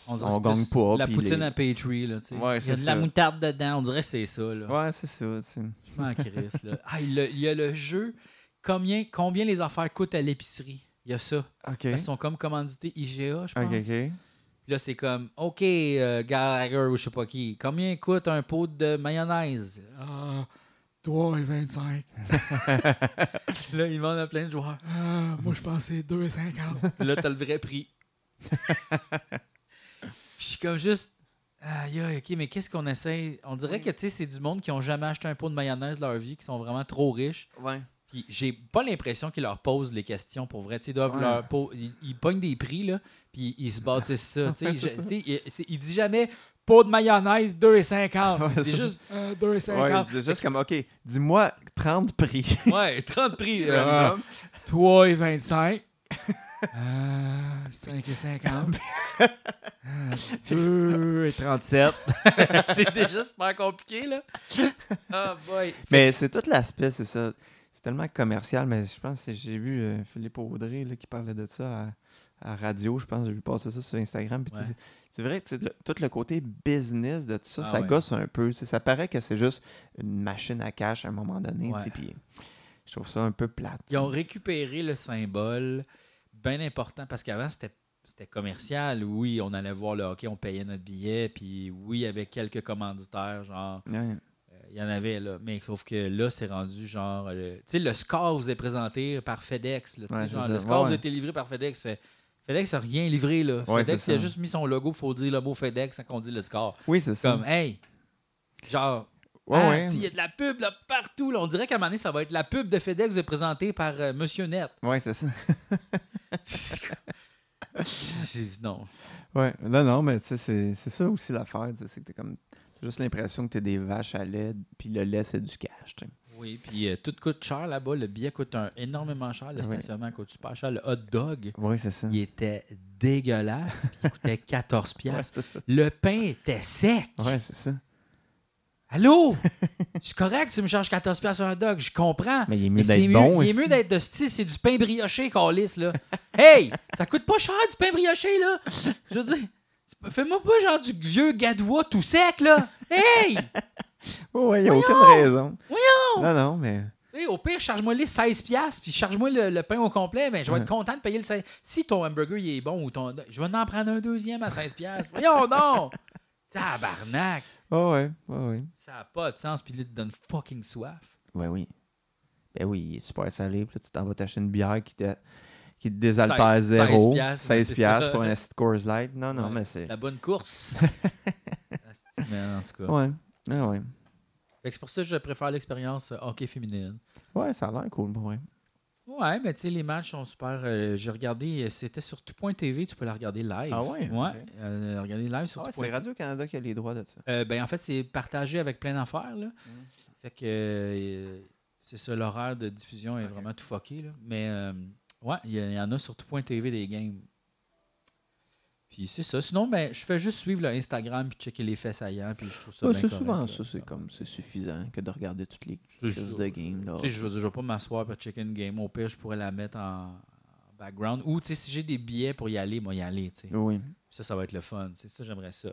Speaker 3: On
Speaker 1: que c'est
Speaker 3: gagne
Speaker 1: plus
Speaker 3: pas.
Speaker 1: La
Speaker 3: puis
Speaker 1: poutine
Speaker 3: les-
Speaker 1: à Patreon, là, tu sais.
Speaker 3: Ouais,
Speaker 1: Il y a
Speaker 3: c'est
Speaker 1: de la
Speaker 3: ça.
Speaker 1: moutarde dedans, on dirait que c'est ça, là.
Speaker 3: Ouais, c'est ça, tu sais.
Speaker 1: Je m'en crisse, là. Ah, il y a- il y a le jeu. Combien, combien les affaires coûtent à l'épicerie? Il y a ça.
Speaker 3: Ok.
Speaker 1: Parce qu'ils sont comme commandités IGA, je pense.
Speaker 3: Ok, ok.
Speaker 1: Puis là, c'est comme, OK, euh, Gallagher ou je sais pas qui, combien coûte un pot de mayonnaise? Ah, 3,25. là, ils vendent à plein de joueurs. Ah, moi, je pensais 2,50. Puis là, t'as le vrai prix. Puis je suis comme juste, aïe, aïe, OK, mais qu'est-ce qu'on essaie? On dirait que, tu sais, c'est du monde qui ont jamais acheté un pot de mayonnaise de leur vie, qui sont vraiment trop riches.
Speaker 3: Ouais.
Speaker 1: Puis j'ai pas l'impression qu'ils leur posent les questions pour vrai. Tu sais, Ils doivent
Speaker 3: Ouais.
Speaker 1: leur po- ils, ils pognent des prix, là, puis ils se bâtissent ça. Tu sais, je- tu sais, il, c'est- il dit jamais pot de mayonnaise 2,50.
Speaker 3: Ouais,
Speaker 1: il dit
Speaker 3: c'est-
Speaker 1: juste euh,
Speaker 3: Ouais,
Speaker 1: 2,50.
Speaker 3: c'est juste comme, OK, dis-moi 30 prix.
Speaker 1: Ouais, 30 prix. euh,
Speaker 3: random.
Speaker 1: 3 et 25. Euh, 5 et 50. 2 et 37. c'est déjà super compliqué, là. Ah, boy.
Speaker 3: Mais c'est tout l'aspect, c'est ça. C'est tellement commercial, mais je pense que j'ai vu euh, Philippe Audrey là, qui parlait de ça à, à radio, je pense. J'ai vu passer ça sur Instagram. puis tu
Speaker 1: Ouais.
Speaker 3: sais, C'est vrai que tu sais, le- tout le côté business de tout ça,
Speaker 1: Ah
Speaker 3: ça
Speaker 1: ouais.
Speaker 3: gosse un peu. Tu sais, Ça paraît que c'est juste une machine à cash à un moment donné. tu sais,
Speaker 1: Ouais.
Speaker 3: Puis je trouve ça un peu plate.
Speaker 1: Ils ont récupéré le symbole, bien important, parce qu'avant, c'était c'était commercial. Oui, on allait voir le hockey, on payait notre billet, puis oui, il y avait quelques commanditaires, genre,
Speaker 3: Ouais.
Speaker 1: euh, il y en avait, là. Mais sauf que là, c'est rendu, genre, euh, tu sais, le score vous est présenté par FedEx, là, tu sais,
Speaker 3: Ouais, c'est
Speaker 1: genre,
Speaker 3: ça.
Speaker 1: le score
Speaker 3: Ouais,
Speaker 1: vous a
Speaker 3: ouais.
Speaker 1: été livré par FedEx. Fait, FedEx n'a rien livré, là.
Speaker 3: Ouais,
Speaker 1: FedEx,
Speaker 3: c'est
Speaker 1: il a
Speaker 3: ça.
Speaker 1: juste mis son logo, faut dire le mot FedEx quand on dit le score.
Speaker 3: Oui, c'est
Speaker 1: C'est
Speaker 3: ça.
Speaker 1: comme, hey, genre,
Speaker 3: Ouais,
Speaker 1: ah,
Speaker 3: ouais.
Speaker 1: tu- Il y a de la pub là, partout. là. On dirait qu'à un moment donné, ça va être la pub de FedEx de présentée par euh, Monsieur Net.
Speaker 3: Ouais, c'est ça.
Speaker 1: C'est- non.
Speaker 3: Ouais. Non, non, mais tu sais, c'est c'est ça aussi l'affaire. tu sais, C'est que t'es comme. t'as juste l'impression que t'es des vaches à lait, puis le lait, c'est du cash. tu sais.
Speaker 1: Oui, puis euh, tout coûte cher là-bas. Le billet coûte un- énormément cher. Le
Speaker 3: Ah Oui.
Speaker 1: stationnement coûte super cher. Le hot dog,
Speaker 3: Ouais, c'est ça.
Speaker 1: il était dégueulasse. puis il coûtait 14 piastres. Le pain était sec.
Speaker 3: Ouais, c'est ça.
Speaker 1: Allô? C'est correct, tu me charges 14 piastres sur un hot dog. Je comprends.
Speaker 3: Mais il est
Speaker 1: Mais
Speaker 3: mieux
Speaker 1: c'est
Speaker 3: d'être
Speaker 1: mieux,
Speaker 3: bon. hein,
Speaker 1: il est
Speaker 3: esti.
Speaker 1: mieux d'être de style, c'est du pain brioché, Calis, là. hey, ça coûte pas cher du pain brioché, là. Je veux dire, c'est pas- fais-moi pas genre du vieux gadois tout sec, là. Hey! Tu
Speaker 3: Oh, Ouais, ouais, il n'y a aucune raison.
Speaker 1: Voyons!
Speaker 3: Non, non, mais.
Speaker 1: sais, au pire, charge-moi les 16$, piastres, puis charge-moi le, le pain au complet, mais je vais être content de payer le 16$. Si ton hamburger il est bon ou ton. Je vais en prendre un deuxième à 16$. piastres. Voyons non! Tabarnak!
Speaker 3: Ah ouais, ouais, ouais.
Speaker 1: Ça n'a pas de sens, puis il te donne fucking soif.
Speaker 3: Ouais, oui. Ben oui, il est super salé. Puis là, tu t'en vas t'acheter une bière qui te, qui te désaltère
Speaker 1: 16
Speaker 3: zéro. 16
Speaker 1: piastres,
Speaker 3: piastres,
Speaker 1: c'est ça.
Speaker 3: pour un acid Coors Light. Non, non,
Speaker 1: Ouais.
Speaker 3: mais c'est.
Speaker 1: La bonne course! Asti, man, en tout cas.
Speaker 3: Ouais. Ah ouais.
Speaker 1: Fait que c'est pour ça que je préfère l'expérience euh, hockey féminine.
Speaker 3: Ah, Ouais, ça a l'air cool, pour vrai.
Speaker 1: Ouais, mais tu sais, les matchs sont super. euh, J'ai regardé, euh, c'était sur tout.tv, tu peux la regarder live.
Speaker 3: Ah ouais?
Speaker 1: Ouais,
Speaker 3: Ok.
Speaker 1: euh, regarder live sur
Speaker 3: Ah ouais,
Speaker 1: tout.tv.
Speaker 3: c'est Radio-Canada qui a les droits de ça.
Speaker 1: Euh, ben, en fait, c'est partagé avec plein d'affaires. là. Fait que euh, c'est ça, l'horaire de diffusion est vraiment tout fucké. Là. Mais euh, ouais, il y, a- il y en a sur tout.tv des games. Puis c'est ça. Sinon, ben, je fais juste suivre le Instagram puis checker les faits saillants. Puis je trouve ça
Speaker 3: Ouais,
Speaker 1: bien
Speaker 3: c'est
Speaker 1: correct,
Speaker 3: souvent
Speaker 1: là.
Speaker 3: ça, c'est comme c'est suffisant que de regarder toutes les
Speaker 1: C'est
Speaker 3: crises
Speaker 1: ça.
Speaker 3: de game. Là.
Speaker 1: Tu sais, je veux dire, je vais pas m'asseoir pour checker une game. Au pire, je pourrais la mettre en en background. Ou, tu sais, si j'ai des billets pour y aller, moi, y aller, tu sais.
Speaker 3: Oui.
Speaker 1: Ça, ça va être le fun. C'est ça, j'aimerais ça.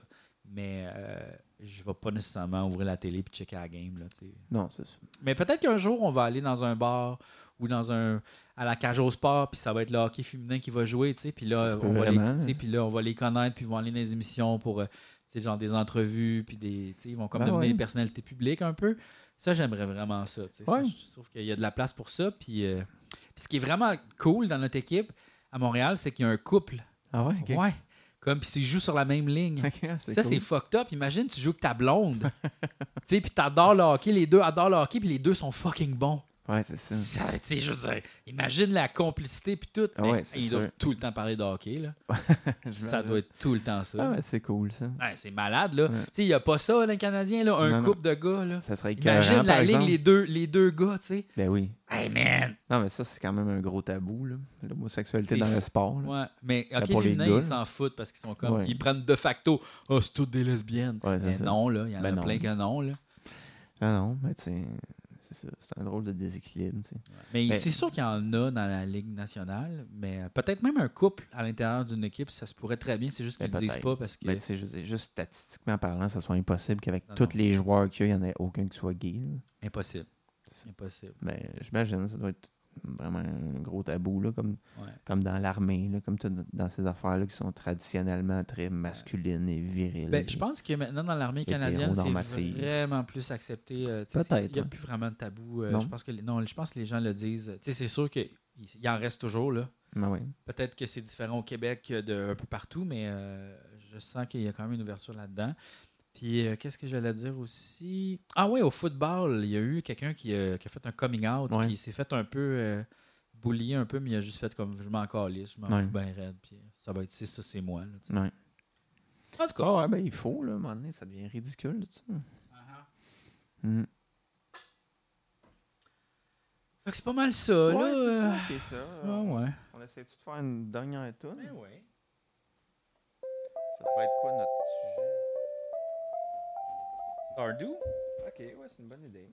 Speaker 1: Mais euh, je vais pas nécessairement ouvrir la télé puis checker la game, là, tu sais.
Speaker 3: Non, c'est ça.
Speaker 1: Mais peut-être qu'un jour, on va aller dans un bar ou dans un à la cage au sport, puis ça va être le hockey féminin qui va jouer, tu sais. Puis
Speaker 3: Ça
Speaker 1: là,
Speaker 3: se peut
Speaker 1: on va
Speaker 3: vraiment,
Speaker 1: les, tu sais,
Speaker 3: hein.
Speaker 1: puis là, on va les connaître, puis ils vont aller dans les émissions pour, euh, tu sais, genre des entrevues, puis des, tu sais, ils vont comme
Speaker 3: Ah
Speaker 1: devenir
Speaker 3: ouais.
Speaker 1: des personnalités publiques un peu. Ça, j'aimerais vraiment ça, tu sais. Ça,
Speaker 3: Ouais.
Speaker 1: je trouve qu'il y a de la place pour ça. Puis, euh, puis ce qui est vraiment cool dans notre équipe à Montréal, c'est qu'il y a un couple.
Speaker 3: Ah ouais, ok.
Speaker 1: Ouais. Comme, puis ils jouent sur la même ligne.
Speaker 3: Ok, ah,
Speaker 1: Ça,
Speaker 3: cool.
Speaker 1: c'est fucked up. Imagine, tu joues avec ta blonde. tu sais, puis t'adores le hockey. Les deux adorent le hockey, puis les deux sont fucking bons.
Speaker 3: Ouais, c'est ça.
Speaker 1: Ça, tu sais, je veux dire, imagine la complicité, puis tout.
Speaker 3: Ah
Speaker 1: mais
Speaker 3: ouais, c'est
Speaker 1: ils
Speaker 3: sûr.
Speaker 1: doivent tout le temps parler de hockey, là. ça
Speaker 3: J'imagine.
Speaker 1: doit être tout le temps ça.
Speaker 3: Ah ouais, c'est cool, ça.
Speaker 1: Ouais, c'est malade, là.
Speaker 3: Ouais.
Speaker 1: Tu sais, il n'y a pas ça, les Canadiens, là. Un
Speaker 3: Non, non.
Speaker 1: couple de gars, là.
Speaker 3: Ça serait
Speaker 1: Imagine
Speaker 3: écœurant,
Speaker 1: la
Speaker 3: par
Speaker 1: ligne,
Speaker 3: exemple.
Speaker 1: les deux, les deux gars, tu sais.
Speaker 3: Ben oui.
Speaker 1: Hey, man!
Speaker 3: Non, mais ça, c'est quand même un gros tabou, là. L'homosexualité
Speaker 1: C'est
Speaker 3: dans
Speaker 1: fou.
Speaker 3: le sport. là.
Speaker 1: Ouais, mais
Speaker 3: Ben,
Speaker 1: hockey
Speaker 3: pour les
Speaker 1: féminin,
Speaker 3: gars,
Speaker 1: ils
Speaker 3: là.
Speaker 1: s'en foutent parce qu'ils sont comme.
Speaker 3: Ouais.
Speaker 1: Ils prennent de facto. Ah, c'est toutes des lesbiennes.
Speaker 3: Ouais, c'est
Speaker 1: mais
Speaker 3: ça.
Speaker 1: non, là. Il y en
Speaker 3: Ben
Speaker 1: a
Speaker 3: non.
Speaker 1: plein que non, là.
Speaker 3: Ah non, mais tu sais, c'est ça. C'est un drôle de déséquilibre, tu sais.
Speaker 1: Mais
Speaker 3: Mais-
Speaker 1: c'est sûr qu'il y en a dans la Ligue nationale, mais euh, peut-être même un couple à l'intérieur d'une équipe, ça se pourrait très bien. C'est juste qu'ils ne
Speaker 3: Mais
Speaker 1: le disent
Speaker 3: peut-être.
Speaker 1: pas parce que.
Speaker 3: Mais tu sais, je veux dire, juste statistiquement parlant, ça soit impossible qu'avec
Speaker 1: Non,
Speaker 3: tous
Speaker 1: non.
Speaker 3: les joueurs qu'il y a, il n'y en ait aucun qui soit gay. là.
Speaker 1: Impossible.
Speaker 3: C'est ça.
Speaker 1: Impossible.
Speaker 3: Mais j'imagine, ça doit être vraiment un gros tabou, là, comme,
Speaker 1: Ouais.
Speaker 3: comme dans l'armée, là, comme tout dans ces affaires-là qui sont traditionnellement très masculines et viriles.
Speaker 1: Ben, je pense que maintenant, dans l'armée canadienne, c'est
Speaker 3: Hétéronormative.
Speaker 1: vraiment plus accepté. euh, tu sais, c'est-
Speaker 3: Peut-être,
Speaker 1: Il n'y a
Speaker 3: ouais.
Speaker 1: plus vraiment de tabou. euh,
Speaker 3: Non.
Speaker 1: je pense que les- non, je pense que les gens le disent. Tu sais, c'est sûr qu'il il en reste toujours. là.
Speaker 3: Ah ouais.
Speaker 1: Peut-être que c'est différent au Québec euh, de un peu partout, mais euh, je sens qu'il y a quand même une ouverture là-dedans. Puis euh, qu'est-ce que j'allais dire aussi? Ah oui, au football, il y a eu quelqu'un qui, euh, qui a fait un coming out,
Speaker 5: Ouais.
Speaker 1: qui s'est fait un peu euh, bullier un peu, mais il a juste fait comme je m'en calisse, je m'en
Speaker 5: Ouais.
Speaker 1: fous bien raide, puis ça va être c'est ça, c'est moi. là, tu sais.
Speaker 5: Ouais.
Speaker 1: en tout cas,
Speaker 5: Ah ouais, ben il faut, là, à un moment donné, ça devient ridicule, tout ça.
Speaker 1: Ah
Speaker 5: Mm.
Speaker 1: fait que c'est pas mal ça. là,
Speaker 5: Ouais, c'est
Speaker 1: euh,
Speaker 5: ça qui est ça.
Speaker 1: ah ouais.
Speaker 5: On essaie de faire une dernière étoile.
Speaker 1: Ben ouais.
Speaker 5: Ça pourrait être quoi notre sujet?
Speaker 1: Stardew?
Speaker 5: Ok, ouais,
Speaker 3: um
Speaker 5: c'est une bonne idée.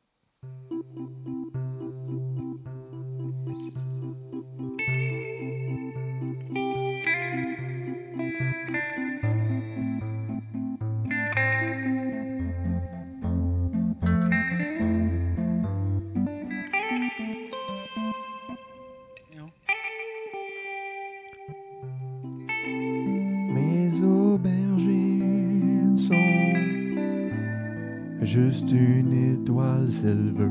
Speaker 1: Non.
Speaker 3: Mes aubergines sont juste une étoile silver.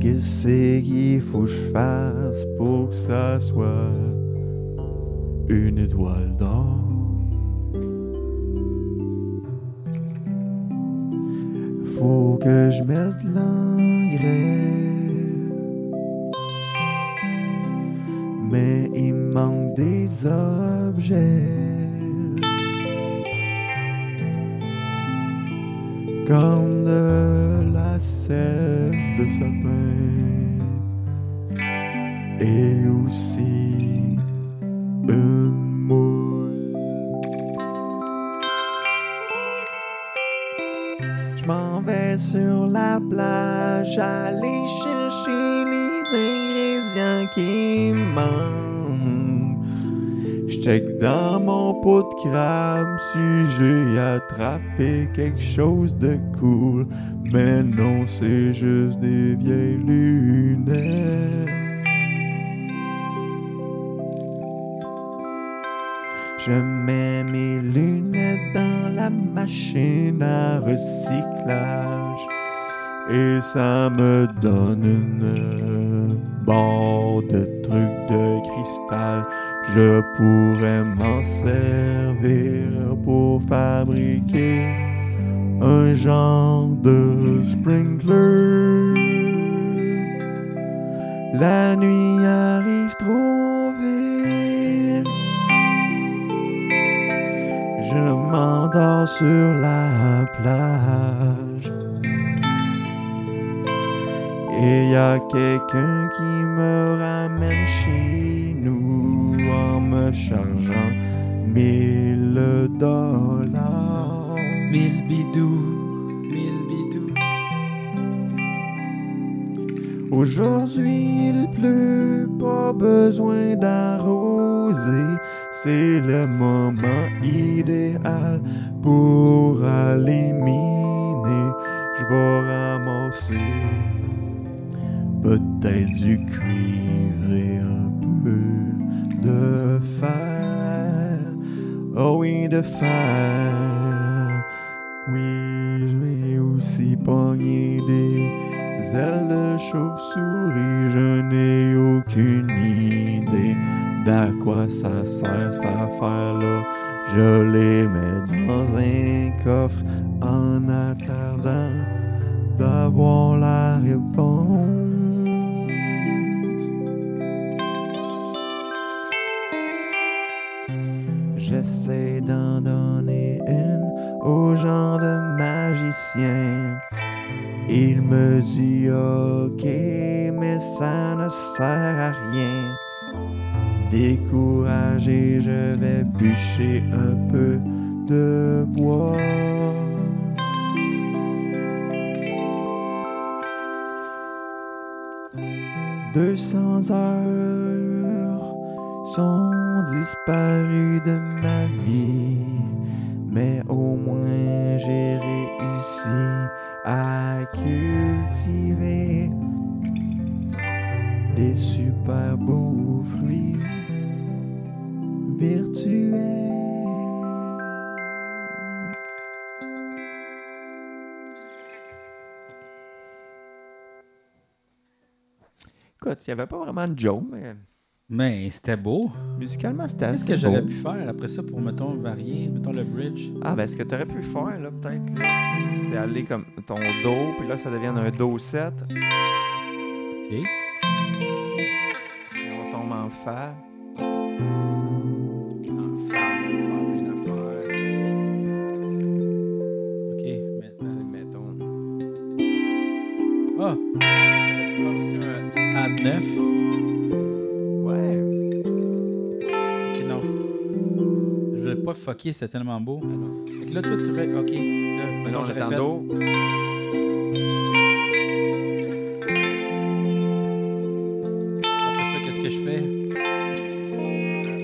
Speaker 3: Qu'est-ce qu'il faut que je fasse pour que ça soit une étoile d'or? Faut que je mette l'engrais mais il manque des objets. Comme de la sève de sapin et aussi une moule. Je m'en vais sur la plage aller chercher les ingrédients qui manquent. Je check dans mon pot de crabe si j'ai attrapé quelque chose de cool. Mais non, c'est juste des vieilles lunettes. Je mets mes lunettes dans la machine à recyclage et ça me donne une barre de trucs de cristal. Je pourrais m'en servir pour fabriquer un genre de sprinkler. La nuit arrive trop vite. Je m'endors sur la plage. Et y a quelqu'un qui me ramène chez nous en me chargeant mille dollars.
Speaker 1: Mille bidous, mille bidous.
Speaker 3: Aujourd'hui il pleut, pas besoin d'arroser. C'est le moment idéal pour aller miner. Je vais ramasser peut-être du cuivre et un peu de fer. Oh oui, de fer. Oui, je vais aussi pogner des ailes de chauve-souris, je n'ai aucune idée d'à quoi ça sert cette affaire-là. Je les mets dans un coffre en attendant d'avoir la réponse. J'essaie d'en donner une au genre de magicien. Il me dit ok, mais ça ne sert à rien. Découragé, je vais bûcher un peu de bois. « 200 heures sont disparues de ma vie, mais au moins j'ai réussi à cultiver des super beaux fruits virtuels.
Speaker 5: Écoute, il n'y avait pas vraiment de Joe, mais
Speaker 1: Mais c'était beau.
Speaker 3: Musicalement, c'était
Speaker 1: Qu'est-ce
Speaker 3: assez
Speaker 1: que j'aurais
Speaker 3: beau.
Speaker 1: pu faire après ça pour, mettons, varier, mettons, le bridge?
Speaker 3: Ah, ben, ce que t'aurais pu faire, là, peut-être, là, c'est aller comme ton Do, puis là, ça devient un Do 7,
Speaker 1: OK.
Speaker 3: puis on tombe en Fa. En Fa, on va faire une affaire.
Speaker 1: OK.
Speaker 3: C'est,
Speaker 1: Maintenant.
Speaker 3: mettons.
Speaker 1: Ah! J'aurais pu faire aussi un add 9.
Speaker 3: Ouais.
Speaker 1: OK, non. Je voulais pas fucker, c'était tellement beau. Fait que là, toi, tu aurais... OK. Là,
Speaker 3: Ah Mais non,
Speaker 1: mettons, j'aurais
Speaker 3: j'attends
Speaker 1: fait-
Speaker 3: Do.
Speaker 1: Après ça, qu'est-ce que je fais?
Speaker 3: Fa,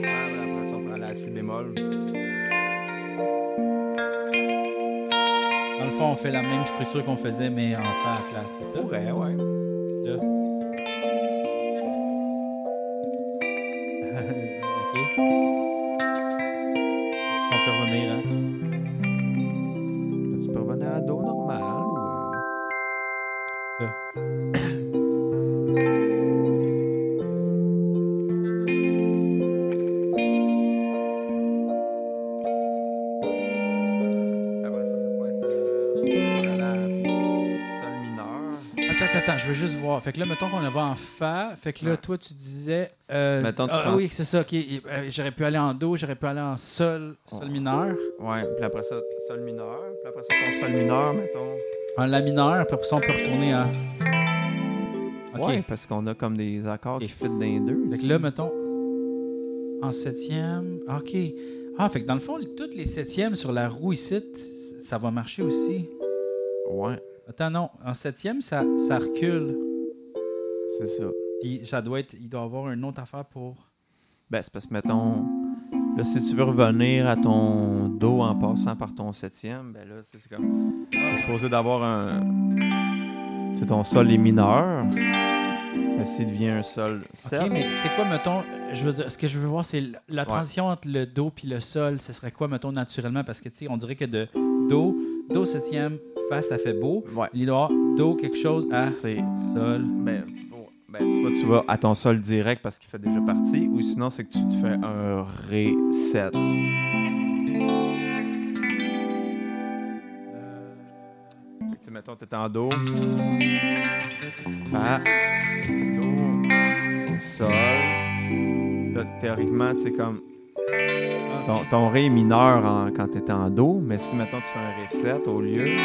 Speaker 3: voilà, Après ça, on prend la Si bémol.
Speaker 1: Dans le fond, on fait la même structure qu'on faisait, mais en fa à la place, c'est ça?
Speaker 3: Pourrait, ouais.
Speaker 1: Là. OK. Ça, on peut revenir, hein?
Speaker 3: Là, tu peux revenir à Do normal. ou, euh,
Speaker 1: Là.
Speaker 3: Après ça, ça pourrait être euh, on va aller à Sol mineur.
Speaker 1: Attends, attends, attends, je veux juste voir. Fait que là, mettons qu'on va en Fa. Fait que là,
Speaker 3: Ouais.
Speaker 1: toi, tu disais. euh,
Speaker 3: Mettons, tu
Speaker 1: ah,
Speaker 3: t'en-
Speaker 1: oui, c'est ça, ok. Euh, j'aurais pu aller en Do, j'aurais pu aller en Sol, Sol
Speaker 3: Ouais.
Speaker 1: mineur,
Speaker 3: Ouais, puis après ça, sol mineur. Puis après ça, ton sol mineur, mettons.
Speaker 1: en La mineur, puis après ça, on peut retourner en. Ok.
Speaker 3: Ouais, parce qu'on a comme des accords
Speaker 1: Ok.
Speaker 3: qui fit dans les deux.
Speaker 1: Fait que
Speaker 3: aussi.
Speaker 1: là, mettons. En septième. Ok. Ah, fait que dans le fond, toutes les septièmes sur la roue ici, t- ça va marcher aussi.
Speaker 3: Ouais,
Speaker 1: Attends, non. En septième, ça, ça recule.
Speaker 3: c'est ça.
Speaker 1: Puis ça doit être. Il doit y avoir une autre affaire pour.
Speaker 3: Ben, c'est parce que, mettons, là, si tu veux revenir à ton Do en passant par ton septième, ben là, c'est c'est comme. T'es supposé d'avoir un. C'est ton sol est mineur. Mais s'il devient un sol 7.
Speaker 1: OK, mais c'est quoi, mettons, je veux dire, ce que je veux voir, c'est l- la
Speaker 3: Ouais.
Speaker 1: transition entre le Do puis le Sol, ce serait quoi, mettons, naturellement? Parce que, tu sais, on dirait que de Do, Do septième, Fa, ça fait beau.
Speaker 3: Ouais.
Speaker 1: Il doit y avoir Do quelque chose à
Speaker 3: C'est.
Speaker 1: Sol.
Speaker 3: Ben, pour- ben, soit tu vas à ton sol direct parce qu'il fait déjà partie, ou sinon, c'est que tu te fais un Ré 7. Fait que, tu sais, mettons, t'es en Do. Fa. Do. Sol. Là, théoriquement, tu sais, comme.
Speaker 1: Ah,
Speaker 3: Ton,
Speaker 1: ok.
Speaker 3: ton Ré est mineur en- quand t'es en Do, mais si, mettons, tu fais un Ré 7 au lieu.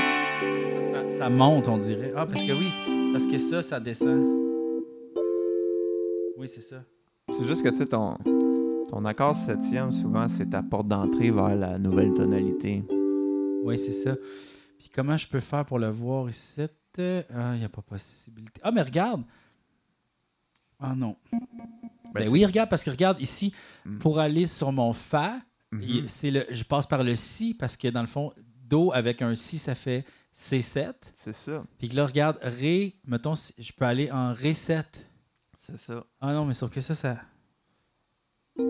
Speaker 1: Ça, ça- ça monte, on dirait. Ah, parce que oui, parce que ça, ça descend. Oui, c'est ça.
Speaker 3: C'est juste que, tu sais, ton, ton accord septième, souvent, c'est ta porte d'entrée vers la nouvelle tonalité.
Speaker 1: Oui, c'est ça. Puis comment je peux faire pour le voir ici? Euh, Ah, il n'y a pas possibilité. Ah, mais regarde! Ah non. Ben, oui, regarde, parce que regarde ici,
Speaker 3: Mm.
Speaker 1: pour aller sur mon Fa,
Speaker 3: Hmm.
Speaker 1: il- c'est le, je passe par le Si parce que dans le fond, Do avec un Si, ça fait C7.
Speaker 3: C'est ça.
Speaker 1: Puis là, regarde, Ré, mettons, si- je peux aller en Ré 7.
Speaker 3: C'est ça.
Speaker 1: Ah non, mais sauf que ça, ça.
Speaker 3: C'est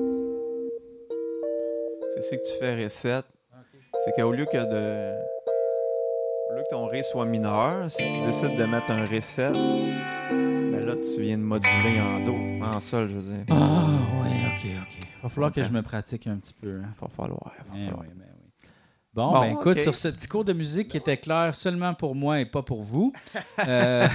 Speaker 3: ce que tu fais Ré 7. C'est qu'au lieu que de. Au lieu que ton Ré soit mineur, si tu décides de mettre un Ré 7, ben là, tu viens de moduler en Do, en Sol, je veux dire.
Speaker 1: Ah, ouais, ok, ok. Va falloir que
Speaker 3: Ok.
Speaker 1: je me pratique un petit peu. hein.
Speaker 3: Va falloir. va
Speaker 1: Eh
Speaker 3: falloir.
Speaker 1: oui, ben oui. Bon,
Speaker 3: Bon,
Speaker 1: ben écoute,
Speaker 3: ok.
Speaker 1: sur ce petit cours de musique qui était clair seulement pour moi et pas pour vous, euh,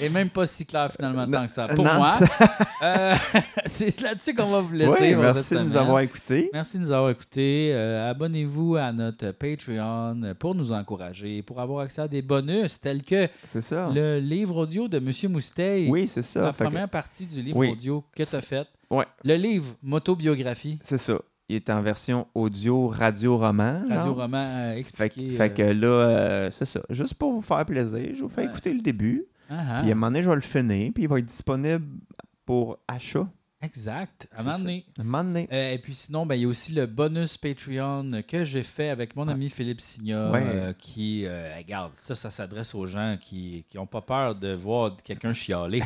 Speaker 1: et même pas si clair finalement tant que ça pour
Speaker 3: Non,
Speaker 1: moi,
Speaker 3: ça-
Speaker 1: euh, c'est là-dessus qu'on va vous laisser.
Speaker 3: Oui,
Speaker 1: pour
Speaker 3: merci
Speaker 1: cette
Speaker 3: de nous
Speaker 1: semaine.
Speaker 3: avoir écoutés.
Speaker 1: Merci de nous avoir écoutés. Euh, Abonnez-vous à notre Patreon pour nous encourager, pour avoir accès à des bonus tels que
Speaker 3: C'est ça.
Speaker 1: le livre audio de Monsieur Mousteil,
Speaker 3: Oui, c'est ça.
Speaker 1: la
Speaker 3: Fait que-
Speaker 1: première partie du livre
Speaker 3: Oui.
Speaker 1: audio que tu as faite,
Speaker 3: Ouais.
Speaker 1: le livre Motobiographie,
Speaker 3: C'est ça. Il est en version audio, radio-roman. genre.
Speaker 1: radio-roman euh,
Speaker 3: Fait,
Speaker 1: expliqué.
Speaker 3: que- fait
Speaker 1: euh,
Speaker 3: que là, euh, c'est ça. Juste pour vous faire plaisir, je vous fais
Speaker 1: Ouais.
Speaker 3: écouter le début.
Speaker 1: ah, ah,
Speaker 3: Puis à un moment donné, je vais le finir. Puis il va être disponible pour achat.
Speaker 1: Exact, à un
Speaker 3: C'est
Speaker 1: moment
Speaker 3: ça.
Speaker 1: donné.
Speaker 3: À un moment donné.
Speaker 1: Euh, et puis sinon, ben, il y a aussi le bonus Patreon que j'ai fait avec mon
Speaker 3: Ouais.
Speaker 1: ami Philippe Signa,
Speaker 3: Ouais.
Speaker 1: euh, qui, euh, regarde, ça, ça s'adresse aux gens qui n'ont pas peur de voir quelqu'un chialer.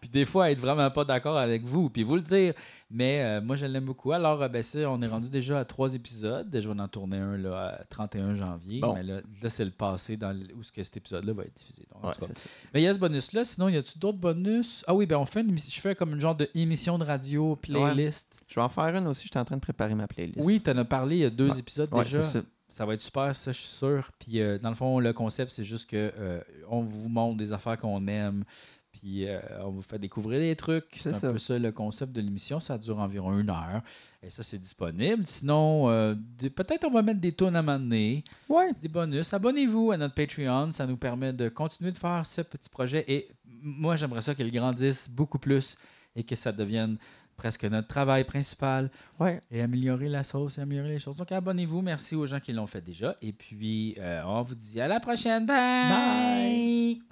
Speaker 1: puis des fois, être vraiment pas d'accord avec vous, puis vous le dire. Mais euh, moi, je l'aime beaucoup. Alors, euh, ben, c'est- on est rendu déjà à trois épisodes. Je vais en tourner un là, à 31 janvier.
Speaker 3: Bon.
Speaker 1: Mais là, là, c'est le passé dans le- où ce que cet épisode-là va être diffusé. Donc, en
Speaker 3: Ouais,
Speaker 1: tout cas.
Speaker 3: c'est ça.
Speaker 1: mais il y a ce bonus-là. Sinon, y a-tu d'autres bonus? Ah oui, ben on fait une émission- je fais comme une genre de émission de radio, playlist.
Speaker 3: Je vais en faire une aussi. Je suis en train de préparer ma playlist.
Speaker 1: Oui, t'en as parlé il y a deux
Speaker 3: Ouais.
Speaker 1: épisodes
Speaker 3: Bah, Ouais,
Speaker 1: déjà.
Speaker 3: c'est ça.
Speaker 1: Ça va être super, ça, je suis sûr. Puis, euh, dans le fond, le concept, c'est juste que euh, on vous montre des affaires qu'on aime, puis euh, on vous fait découvrir des trucs. C'est
Speaker 3: C'est
Speaker 1: un
Speaker 3: ça.
Speaker 1: peu ça le concept de l'émission. Ça dure environ une heure. Et ça, c'est disponible. Sinon, euh, des- peut-être on va mettre des tunes à un moment donné,
Speaker 3: Ouais.
Speaker 1: des bonus. Abonnez-vous à notre Patreon. Ça nous permet de continuer de faire ce petit projet. Et moi, j'aimerais ça qu'il grandisse beaucoup plus et que ça devienne presque notre travail principal
Speaker 3: Ouais.
Speaker 1: et améliorer la sauce et améliorer les choses. Donc abonnez-vous, merci aux gens qui l'ont fait déjà. Et puis euh, on vous dit à la prochaine. Bye.